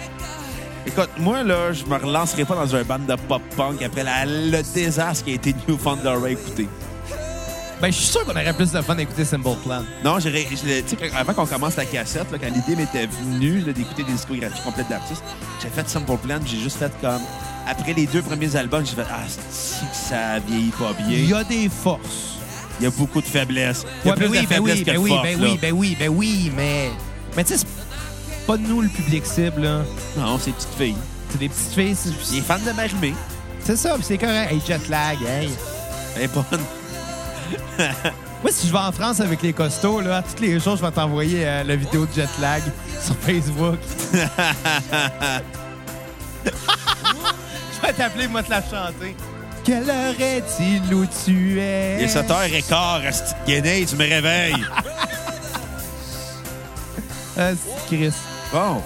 Speaker 3: Écoute, moi, là, je me relancerai pas dans un band de pop-punk après la- le désastre qui a été New Ray écouté.
Speaker 1: Ben, je suis sûr qu'on aurait plus de fun d'écouter Simple Plan.
Speaker 3: Non, j'irais- je l'ai- tu sais, quand- avant qu'on commence la cassette, là, quand l'idée m'était venue là, d'écouter des discographies complètes d'artistes, j'ai fait Simple Plan, j'ai juste fait comme... Après les deux premiers albums, j'ai fait « Ah, si que ça vieillit pas bien.
Speaker 1: Il y a des forces.
Speaker 3: Il y a beaucoup de faiblesses. Il y a
Speaker 1: Ouais,
Speaker 3: plus
Speaker 1: ben oui,
Speaker 3: de
Speaker 1: ben
Speaker 3: faiblesses
Speaker 1: oui,
Speaker 3: que
Speaker 1: ben
Speaker 3: de
Speaker 1: oui,
Speaker 3: forces,
Speaker 1: ben
Speaker 3: là.
Speaker 1: oui, ben oui, ben oui, mais. Mais tu sais, c'est pas nous le public cible, là.
Speaker 3: Non, c'est petite fille.
Speaker 1: C'est des petites filles.
Speaker 3: Il
Speaker 1: c'est-
Speaker 3: est fan de Marimé.
Speaker 1: C'est ça, puis c'est correct. Hey, jet lag, hey.
Speaker 3: Elle est bonne.
Speaker 1: Moi, si je vais en France avec les costauds, là, à tous les jours, je vais t'envoyer euh, la vidéo de jet lag [LAUGHS] sur
Speaker 3: [LAUGHS]
Speaker 1: Facebook. je vais t'appeler, moi, te la chanter. Quelle heure est-il où tu es?
Speaker 3: Il est 7h15, Asti de Guéné, tu
Speaker 1: [LAUGHS]
Speaker 3: me réveilles.
Speaker 1: Euh, Chris.
Speaker 3: bon.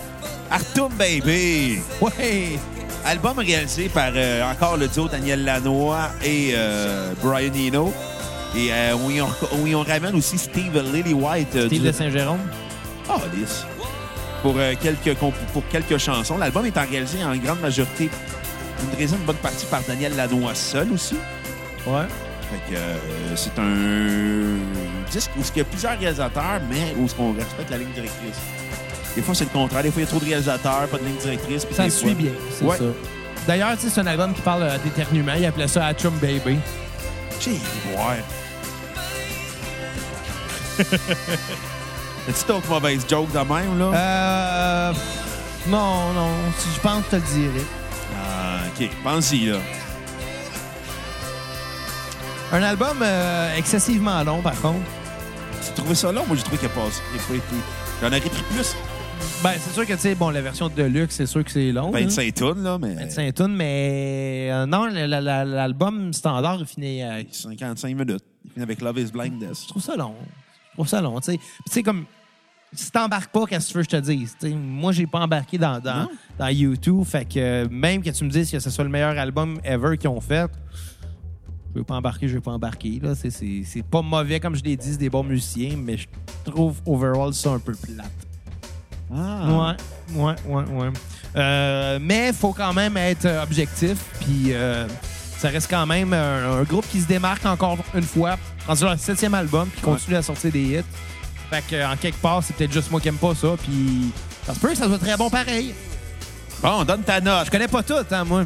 Speaker 3: Artum Baby.
Speaker 1: Ouais!
Speaker 3: Album réalisé par euh, encore le duo Daniel Lanois et euh, Brian Eno. Et euh, où, [LAUGHS] ils ont- où ils ont ramène aussi Steve Lillywhite. euh,
Speaker 1: Steve
Speaker 3: du-
Speaker 1: de Saint-Jérôme?
Speaker 3: Ah, lisse. Pour, euh, quelques, comp- pour quelques chansons. L'album étant réalisé en grande majorité, une raison, une bonne partie par Daniel Lanois seul aussi.
Speaker 1: Ouais.
Speaker 3: Fait que euh, c'est un disque où il y a plusieurs réalisateurs, mais où on respecte la ligne directrice. Des fois, c'est le contraire. Des fois, il y a trop de réalisateurs, pas de ligne directrice. puis
Speaker 1: Ça
Speaker 3: des fois-
Speaker 1: suit bien, c'est
Speaker 3: Ouais.
Speaker 1: ça. D'ailleurs, tu sais, c'est un album qui parle euh, d'éternuement. Il appelait ça Atchum Baby.
Speaker 3: J'ai [LAUGHS] ouais. As-tu d'autres mauvaises jokes de même, là?
Speaker 1: Euh. Non, non. Si je pense, je te le dirai.
Speaker 3: Ah, OK. Pense-y, là.
Speaker 1: Un album euh, excessivement long, par contre.
Speaker 3: Tu trouvais ça long? Moi, j'ai trouvé qu'il a passé. Il a pas été- J'en aurais pris plus.
Speaker 1: Ben, c'est sûr que, tu sais, bon, la version de luxe, c'est sûr que c'est long. là.
Speaker 3: 25 tonnes, là, mais...
Speaker 1: 25 tunes, mais euh, non, la- la- la- l'album standard, il finit. euh, je
Speaker 3: 55 minutes. Il finit avec Love is
Speaker 1: Ah.
Speaker 3: Blind Death.
Speaker 1: trouve ça long. Je trouve ça long, tu sais. Puis, tu sais, comme. Si t'embarques pas, qu'est-ce que tu veux que je te dise? Tu sais, moi, j'ai pas embarqué dans, dans,
Speaker 3: Non.
Speaker 1: dans YouTube. Fait que euh, même que tu me dises que ce soit le meilleur album ever qu'ils ont fait, je veux pas embarquer, je veux pas embarquer. là. C'est- C'est c'est pas mauvais, comme je l'ai dit, c'est des bons musiciens, mais je trouve overall ça un peu plate.
Speaker 3: Ah.
Speaker 1: Ouais, ouais, ouais, ouais. Euh, mais faut quand même être objectif. Puis, euh, tu sais, ça reste quand même euh, un, un groupe qui se démarque encore une fois, rendu leur septième album, qui continue à sortir des hits. Fait que, en quelque part, c'est peut-être juste moi qui aime pas ça, puis ça se peut que ça soit très bon pareil.
Speaker 3: Bon, donne ta note.
Speaker 1: Je connais pas tout, hein, moi.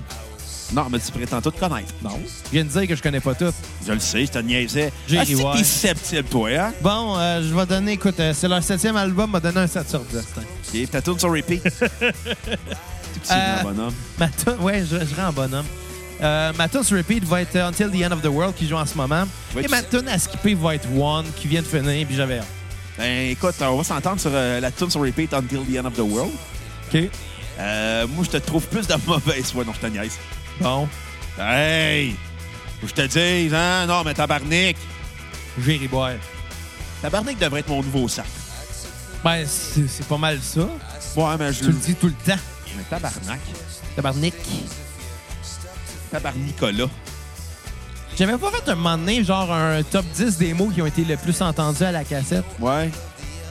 Speaker 3: Non, mais tu prétends tout connaître.
Speaker 1: Non. Je viens de dire que je connais pas tout.
Speaker 3: Je le sais, je te niaisais.
Speaker 1: J'ai
Speaker 3: Ah,
Speaker 1: ri,
Speaker 3: si
Speaker 1: ouais.
Speaker 3: t'es susceptible, toi, hein?
Speaker 1: Bon, euh, je vais donner, écoute, euh, c'est leur septième album, m'a donné un 7 sur 10.
Speaker 3: Et ta tourne sur
Speaker 1: [LAUGHS]
Speaker 3: repeat. T'es petit,
Speaker 1: Euh,
Speaker 3: grand bonhomme.
Speaker 1: Ma tune- [LAUGHS] ouais, je, je rends en bonhomme. Euh, ma tune sur repeat va être euh, Until the End of the World qui joue en ce moment.
Speaker 3: Ouais,
Speaker 1: Et
Speaker 3: tu-
Speaker 1: ma tune à skipper va être One qui vient de finir, puis j'avais hâte.
Speaker 3: Ben, écoute, on va s'entendre sur euh, la tourne sur repeat Until the End of the World.
Speaker 1: OK.
Speaker 3: Euh, moi, je te trouve plus de [LAUGHS] mauvaise foi. Non, je te niaise.
Speaker 1: Bon,
Speaker 3: Hey! Faut que je te dise, hein? Non, mais tabarnak!
Speaker 1: j'irai boire.
Speaker 3: Tabarnak devrait être mon nouveau sac.
Speaker 1: Ben, c'est c'est pas mal ça.
Speaker 3: Ouais, mais je
Speaker 1: Tu le dis tout le temps.
Speaker 3: Mais tabarnak.
Speaker 1: Tabarnak.
Speaker 3: Tabarnicolas.
Speaker 1: J'avais pas fait un moment donné, genre un top 10 des mots qui ont été le plus entendus à la cassette.
Speaker 3: Ouais.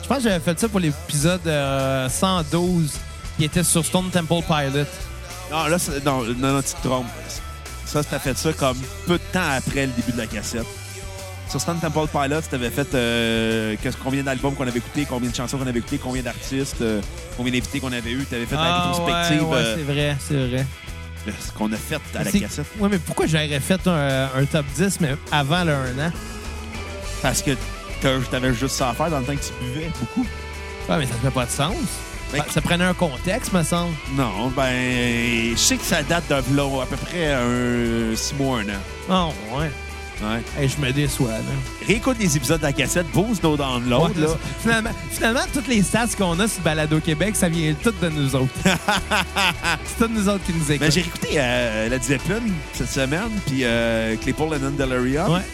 Speaker 1: Je pense que j'avais fait ça pour l'épisode euh, 112 qui était sur Stone Temple Pilot.
Speaker 3: Non, là, c'est- non, non, non, tu te trompes. Ça, t'as fait ça comme peu de temps après le début de la cassette. Sur Stan Temple Pilot, t'avais fait euh, qu'est-ce- combien d'albums qu'on avait écoutés, combien de chansons qu'on avait écoutées, combien d'artistes, euh, combien d'invités qu'on avait eu. T'avais fait la rétrospective
Speaker 1: Ah, ouais, ouais,
Speaker 3: euh,
Speaker 1: c'est vrai, c'est vrai.
Speaker 3: de ce qu'on a fait à la
Speaker 1: C'est-
Speaker 3: cassette.
Speaker 1: Ouais, mais pourquoi j'aurais fait un, un top 10 mais avant le 1 an?
Speaker 3: Parce que t'as- t'avais juste ça à faire dans le temps que tu buvais beaucoup.
Speaker 1: Ouais, mais ça fait pas de sens.
Speaker 3: Ben,
Speaker 1: Ça, Bah, ça prenait un contexte, me semble.
Speaker 3: Non, ben, je sais que ça date d'un vlog à peu près un six mois, un an.
Speaker 1: Oh, ouais.
Speaker 3: Ouais.
Speaker 1: Hey, je me déçois, là.
Speaker 3: Réécoute les épisodes de la cassette, boost nos downloads,
Speaker 1: Ouais,
Speaker 3: Ah là.
Speaker 1: ça. Finalement, finalement, toutes les stats qu'on a sur Balado Québec, ça vient tout de nous
Speaker 3: [LAUGHS]
Speaker 1: autres. c'est tout nous autres qui nous
Speaker 3: Ben,
Speaker 1: écoutent.
Speaker 3: j'ai réécouté euh, la Zeppelin cette semaine, puis euh, Claypool and Delirium.
Speaker 1: ouais.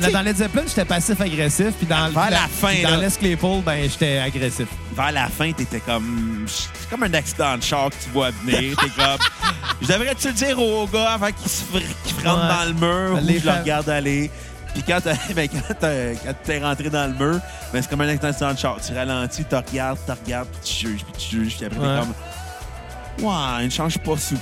Speaker 1: Là, dans Led Zeppelin, j'étais passif-agressif, puis dans,
Speaker 3: Vers la
Speaker 1: puis
Speaker 3: fin, là.
Speaker 1: dans Les Claypool, ben, j'étais agressif.
Speaker 3: Vers la fin, t'étais comme. C'est comme un accident de char que tu vois venir. T'es [LAUGHS] comme. Je devrais-tu le dire au gars avant qu'il se fr- qu'il rentre
Speaker 1: Ouais.
Speaker 3: dans le mur, ou
Speaker 1: Les
Speaker 3: je le
Speaker 1: fa-
Speaker 3: regarde aller. Puis quand t'as- [LAUGHS] ben, quand t'as- quand t'es rentré dans le mur, ben, c'est comme un accident de char. Tu ralentis, tu regardes, tu regardes, puis tu juges, puis tu juges, puis après,
Speaker 1: Ouais.
Speaker 3: t'es comme. Ouais, ne change pas sous.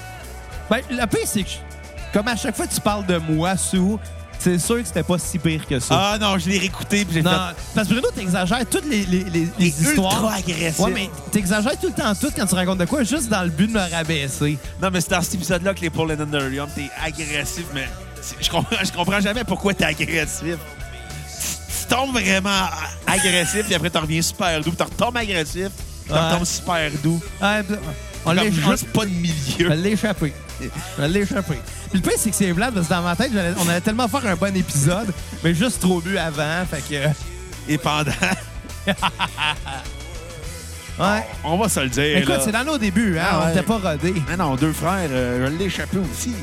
Speaker 1: Ben, le pire, c'est que, je- comme à chaque fois que tu parles de moi sous, c'est sûr que c'était pas si pire que ça.
Speaker 3: Ah non, je l'ai réécouté, puis j'ai fait.
Speaker 1: Non, parce que Bruno, t'exagères toutes les, les, les, les
Speaker 3: Les
Speaker 1: histoires.
Speaker 3: ultra agressif.
Speaker 1: Ouais, mais t'exagères tout le temps tout quand tu racontes de quoi, juste dans le but de me rabaisser.
Speaker 3: Non, mais c'est dans cet épisode-là que les Paul and Underlium, t'es agressif, mais c'est- je comprends, je comprends jamais pourquoi t'es agressif. Tu- Tu tombes vraiment agressif, puis après, t'en reviens super doux. T'en retombes agressif, t'en
Speaker 1: Ouais.
Speaker 3: retombes super doux.
Speaker 1: Ouais, pis- Euh, on l'a
Speaker 3: Comme
Speaker 1: échappé.
Speaker 3: juste pas de
Speaker 1: On
Speaker 3: milieu.
Speaker 1: l'a échappé. On l'a échappé. Puis le pire, c'est que c'est Vlad, parce que dans ma tête, j'allais- on allait tellement faire un bon épisode, mais juste trop bu avant. Fait que. euh,
Speaker 3: Et pendant,
Speaker 1: Ouais.
Speaker 3: on va se le dire.
Speaker 1: Mais écoute,
Speaker 3: Ah, là.
Speaker 1: c'est dans nos débuts, hein.
Speaker 3: Ah ouais.
Speaker 1: On était pas rodés.
Speaker 3: Ah non, deux frères, euh, je l'ai échappé aussi.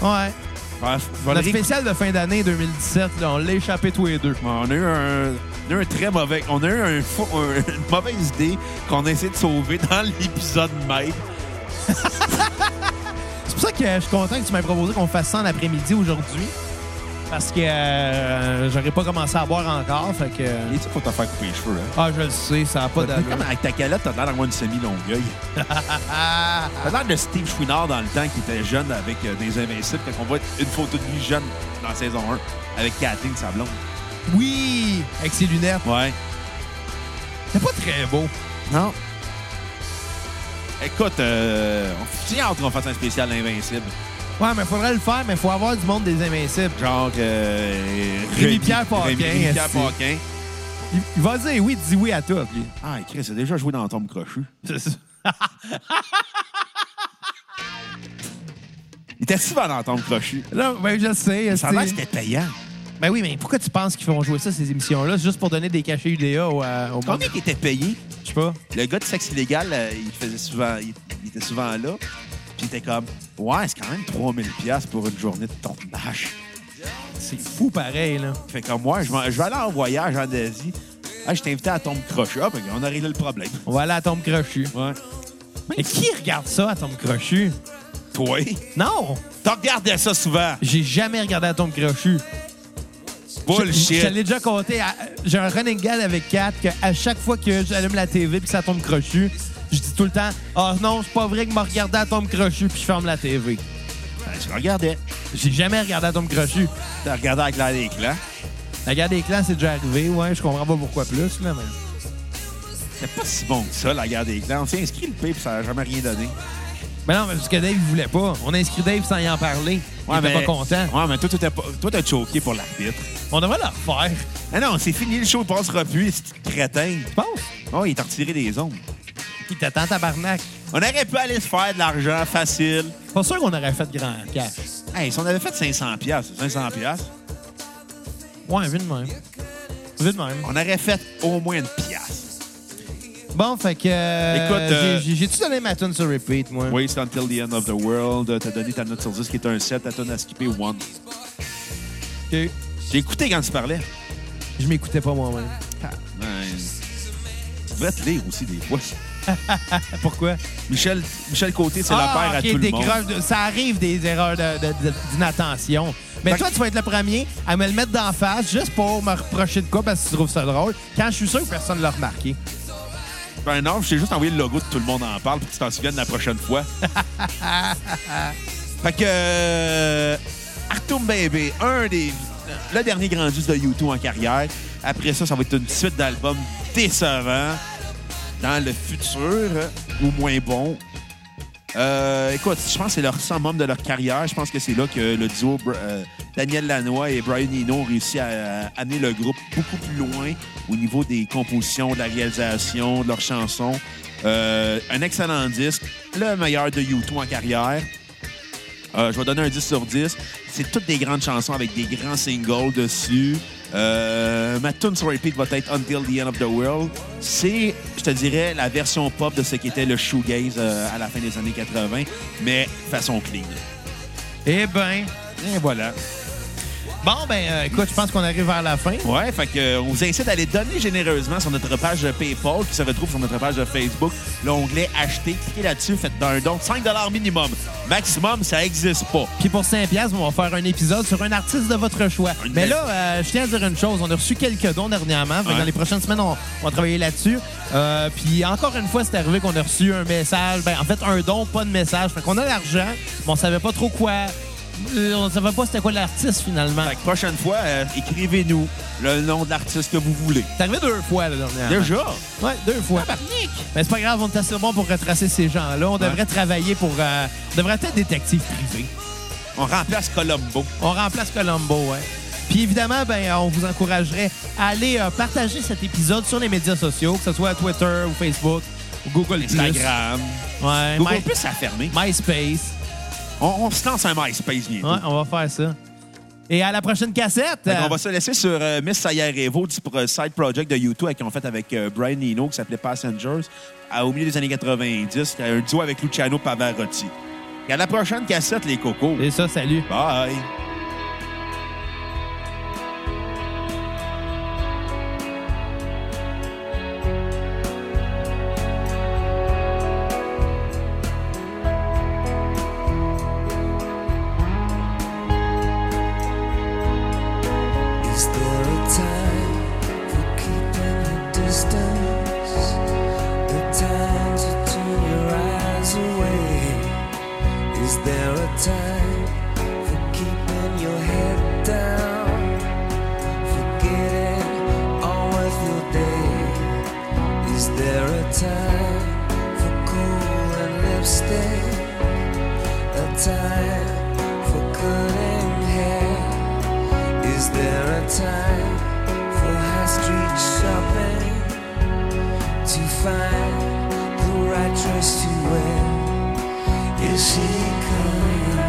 Speaker 3: Bah,
Speaker 1: Ouais.
Speaker 3: Enfin, je vais le
Speaker 1: Notre
Speaker 3: réécouter.
Speaker 1: spécial de fin d'année 2017, là, on l'a échappé tous les deux.
Speaker 3: On a eu un, on a eu un très mauvais. On a eu un faux- un- une mauvaise idée qu'on a essayé de sauver dans [LAUGHS] l'épisode même.
Speaker 1: C'est pour ça que je suis content que tu m'aies proposé qu'on fasse ça en après-midi aujourd'hui. Parce que euh, j'aurais pas commencé à boire encore. Fait que.
Speaker 3: Il est pour te faire couper les cheveux, hein?
Speaker 1: Ah, je le sais, ça n'a pas
Speaker 3: T'as
Speaker 1: d'allure.
Speaker 3: comme avec ta calotte, t'as l'air d'avoir une [LAUGHS] semi-longueuil. t'as l'air de Steve Chouinard dans le temps qui était jeune avec euh, des Invincibles, quand on voit une photo de lui jeune dans saison 1 avec Kathleen, sa blonde.
Speaker 1: Oui, avec ses lunettes.
Speaker 3: Ouais.
Speaker 1: C'est pas très beau.
Speaker 3: Non. Écoute, euh, on- j'ai hâte qu'on fasse un spécial Invincible.
Speaker 1: Ouais, mais faudrait le faire, mais faut avoir du monde des Invincibles.
Speaker 3: Genre. Euh,
Speaker 1: Rémi-Pierre
Speaker 3: Rémi-
Speaker 1: Paquin,
Speaker 3: Rémi-Pierre
Speaker 1: esti.
Speaker 3: Paquin.
Speaker 1: Il, il va dire oui, dis oui à tout. lui.
Speaker 3: Ah, Chris, il a déjà joué dans Tombe Crochu. [LAUGHS] Il était souvent dans Tombe Crochu.
Speaker 1: Là, ben, je le sais.
Speaker 3: Ça a l'air que
Speaker 1: c'est-
Speaker 3: c'était payant.
Speaker 1: Ben oui, mais pourquoi tu penses qu'ils font jouer ça, ces émissions-là, juste pour donner des cachets UDA au, euh, au monde?
Speaker 3: Combien qu'il était payé?
Speaker 1: Je sais pas.
Speaker 3: Le gars de sexe illégal, euh, il faisait souvent, il, il était souvent là. Puis il était comme, ouais, c'est quand même 3000 pièces pour une journée de tournage.
Speaker 1: C'est fou pareil, là.
Speaker 3: Fait comme moi, je, m'en- je vais aller en voyage en Asie. Ah, je t'ai invité à tombe crochu. Ah, ben, on a réglé le problème.
Speaker 1: On va aller à Tombe Crochu.
Speaker 3: Ouais.
Speaker 1: Mais qui regarde ça à Tombe Crochu?
Speaker 3: Toi,
Speaker 1: Non!
Speaker 3: t'en regardais ça souvent.
Speaker 1: J'ai jamais regardé à Tombe Crochu. Je, je te
Speaker 3: Bullshit.
Speaker 1: l'ai déjà compté. à- J'ai un running gag avec Kat que à chaque fois que j'allume la TV et que ça tombe crochu, je dis tout le temps Ah non, c'est pas vrai que m'a regardé à tombe crochu puis je ferme la TV.
Speaker 3: Ben, je le regardais.
Speaker 1: J'ai jamais regardé Tom Crochu.
Speaker 3: T'as regardé avec l'air des clans.
Speaker 1: La guerre des clans, c'est déjà arrivé, ouais. Je comprends pas pourquoi plus, là, mais.
Speaker 3: C'est pas si bon que ça, la guerre des clans. On s'est inscrit le P, puis ça n'a jamais rien donné.
Speaker 1: Mais non, mais parce que Dave, il voulait pas. On a inscrit Dave sans y en parler. il était pas content.
Speaker 3: Ouais, mais toi, t'étais pas- toi, t'as choqué pour l'arbitre.
Speaker 1: On devrait le refaire.
Speaker 3: Ah non, c'est fini, le show ne passera plus, ce petit crétin.
Speaker 1: Tu penses?
Speaker 3: Oh, il t'a retiré des ondes.
Speaker 1: Il t'attend, tabarnak.
Speaker 3: On aurait pu aller se faire de l'argent facile.
Speaker 1: Pas sûr qu'on aurait fait grand cash.
Speaker 3: Hey, si on avait fait 500 pièces, 500 pièces,
Speaker 1: Ouais, vu de même. Vu de même.
Speaker 3: on aurait fait au moins une pièce.
Speaker 1: Bon, fait que. euh,
Speaker 3: Écoute, euh,
Speaker 1: j'ai- j'ai- J'ai-tu donné ma tune sur repeat, moi?
Speaker 3: Waste Until the End of the World, t'as donné ta note sur 10 qui est un 7, ta tonne à skipper 1.
Speaker 1: Ok.
Speaker 3: J'ai écouté quand tu parlais.
Speaker 1: Je m'écoutais pas moi-même.
Speaker 3: Ouais. Tu devrais te lire aussi des fois.
Speaker 1: Pourquoi?
Speaker 3: Michel, Michel Côté, c'est
Speaker 1: Ah,
Speaker 3: la paire
Speaker 1: ok,
Speaker 3: à tout
Speaker 1: des
Speaker 3: le monde.
Speaker 1: erreurs de- ça arrive des erreurs de- de- de- d'inattention. Mais
Speaker 3: Fait
Speaker 1: toi,
Speaker 3: que-
Speaker 1: tu vas être le premier à me le mettre d'en face juste pour me reprocher de quoi parce que tu trouves ça drôle. Quand je suis sûr que personne ne l'a remarqué.
Speaker 3: Ben non, je t'ai juste envoyé le logo de Tout le monde en parle pour que tu t'en souviennes la prochaine fois. fait que. euh, Artum Baby, un des. Le dernier grand disque de YouTube en carrière. Après ça, ça va être une suite d'albums décevants dans le futur, euh, ou moins bon. Euh, écoute, je pense que c'est leur summum de leur carrière. Je pense que c'est là que le duo Br- euh, Daniel Lanois et Brian Eno ont réussi à, à amener le groupe beaucoup plus loin au niveau des compositions, de la réalisation, de leurs chansons. Euh, un excellent disque, le meilleur de U2 en carrière. Euh, je vais donner un 10 sur 10. C'est toutes des grandes chansons avec des grands singles dessus. Euh, ma tune sur repeat va être Until the End of the World. C'est, je te dirais, la version pop de ce qu'était le shoegaze euh, à la fin des années 80, mais façon clean.
Speaker 1: Eh ben.
Speaker 3: Et voilà.
Speaker 1: Bon, ben, euh, écoute, je pense qu'on arrive vers la fin.
Speaker 3: Ouais, fait que euh, on vous incite à les donner généreusement sur notre page PayPal qui se retrouve sur notre page de Facebook, l'onglet acheter, cliquez là-dessus, faites un don de 5 minimum. Maximum, ça existe pas.
Speaker 1: Puis pour 5 piastres, on va faire un épisode sur un artiste de votre choix.
Speaker 3: Une
Speaker 1: Mais
Speaker 3: belle-
Speaker 1: là, euh, je tiens à dire une chose. On a reçu quelques dons dernièrement. Fait que
Speaker 3: Ouais.
Speaker 1: Dans les prochaines semaines, on, on va travailler là-dessus. Euh, puis encore une fois, c'est arrivé qu'on a reçu un message. Ben, en fait, un don, pas de message. Fait qu'on a l'argent, mais on savait pas trop quoi... euh, On savait pas c'était quoi l'artiste, finalement.
Speaker 3: Fait que prochaine fois, euh, écrivez-nous le nom de l'artiste que vous voulez.
Speaker 1: C'est arrivé deux fois, la dernière.
Speaker 3: Déjà?
Speaker 1: Ouais, deux fois. Mais c'est pas grave, on est assez bon pour retracer ces gens-là. On devrait travailler pour... euh, on devrait être détective privé.
Speaker 3: On remplace Colombo.
Speaker 1: On remplace Colombo, ouais. Puis évidemment, ben, euh, on vous encouragerait à aller euh, partager cet épisode sur les médias sociaux, que ce soit Twitter ou Facebook ou Google
Speaker 3: Instagram.
Speaker 1: Plus. Ouais,
Speaker 3: Google
Speaker 1: My-
Speaker 3: Plus a fermé.
Speaker 1: MySpace.
Speaker 3: On, on se lance un MySpace bientôt.
Speaker 1: Ouais, on va faire ça. Et à la prochaine cassette.
Speaker 3: Fait qu'on
Speaker 1: euh,
Speaker 3: va se laisser sur euh, Miss Sayarevo du pro- side project de YouTube qu'ils ont fait avec euh, Brian Eno qui s'appelait Passengers à- au milieu des années 90. C'était un duo avec Luciano Pavarotti. Et à la prochaine cassette, les cocos.
Speaker 1: Et ça, salut.
Speaker 3: Bye!
Speaker 2: Is there a time for keeping a distance? The time to turn your eyes away. Is there a time for keeping your head down? Forgetting all of your day. Is there a time for cool and lipstick? A time for cutting hair? Is there a time for high street shopping to find the right dress to wear? Is she coming?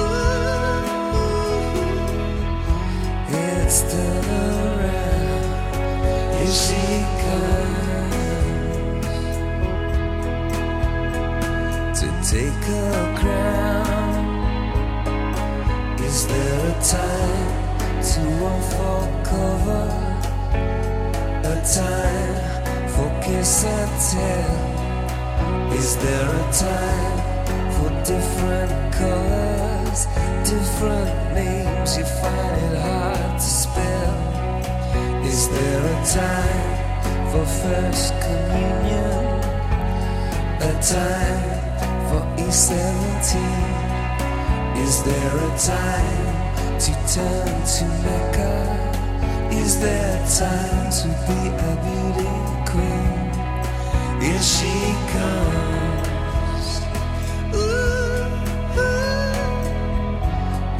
Speaker 2: Ooh, It's still around. Is she coming to take her crown? Is there a time to run for cover? A time for kiss and tell? Is there a time for different colors, different names you find it hard to spell? Is there a time for first communion? A time for E17? Is Is there a time to turn to Mecca? Is there time to be a beauty queen? Here she comes. Ooh, ooh.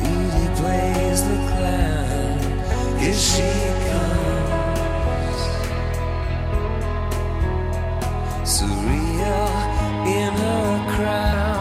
Speaker 2: Beauty plays the clown. Here she comes. Surreal in her crown.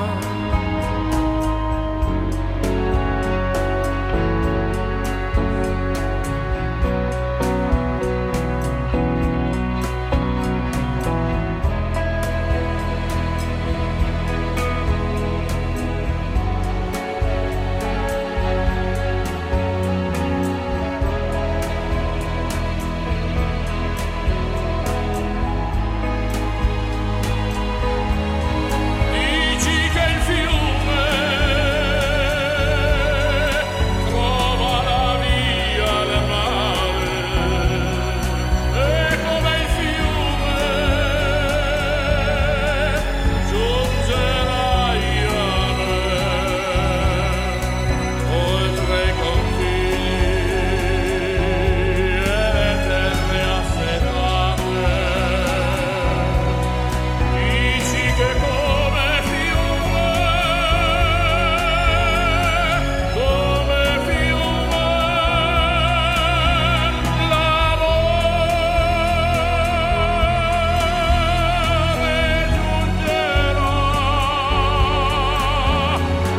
Speaker 4: Dici che il fiume trova la via al mare e come il fiume giungerai a me oltre i confini e le terre affettate Dici che come fiume, come fiume, l'amore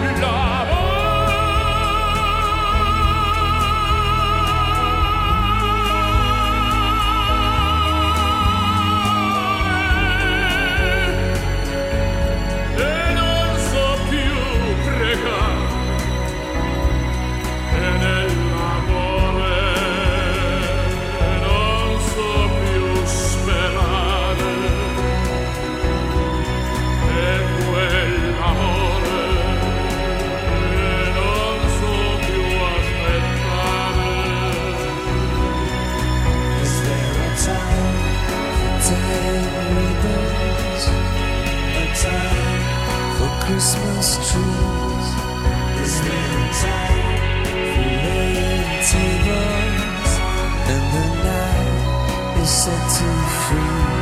Speaker 4: giungerà, l'amore. E non so più pregare E nell'amore non so più sperare E quell'amore non so più aspettare
Speaker 2: Is there a time for ten ribbons? A time for Christmas trees? Is there a time for laying tables? And the night is set to freeze.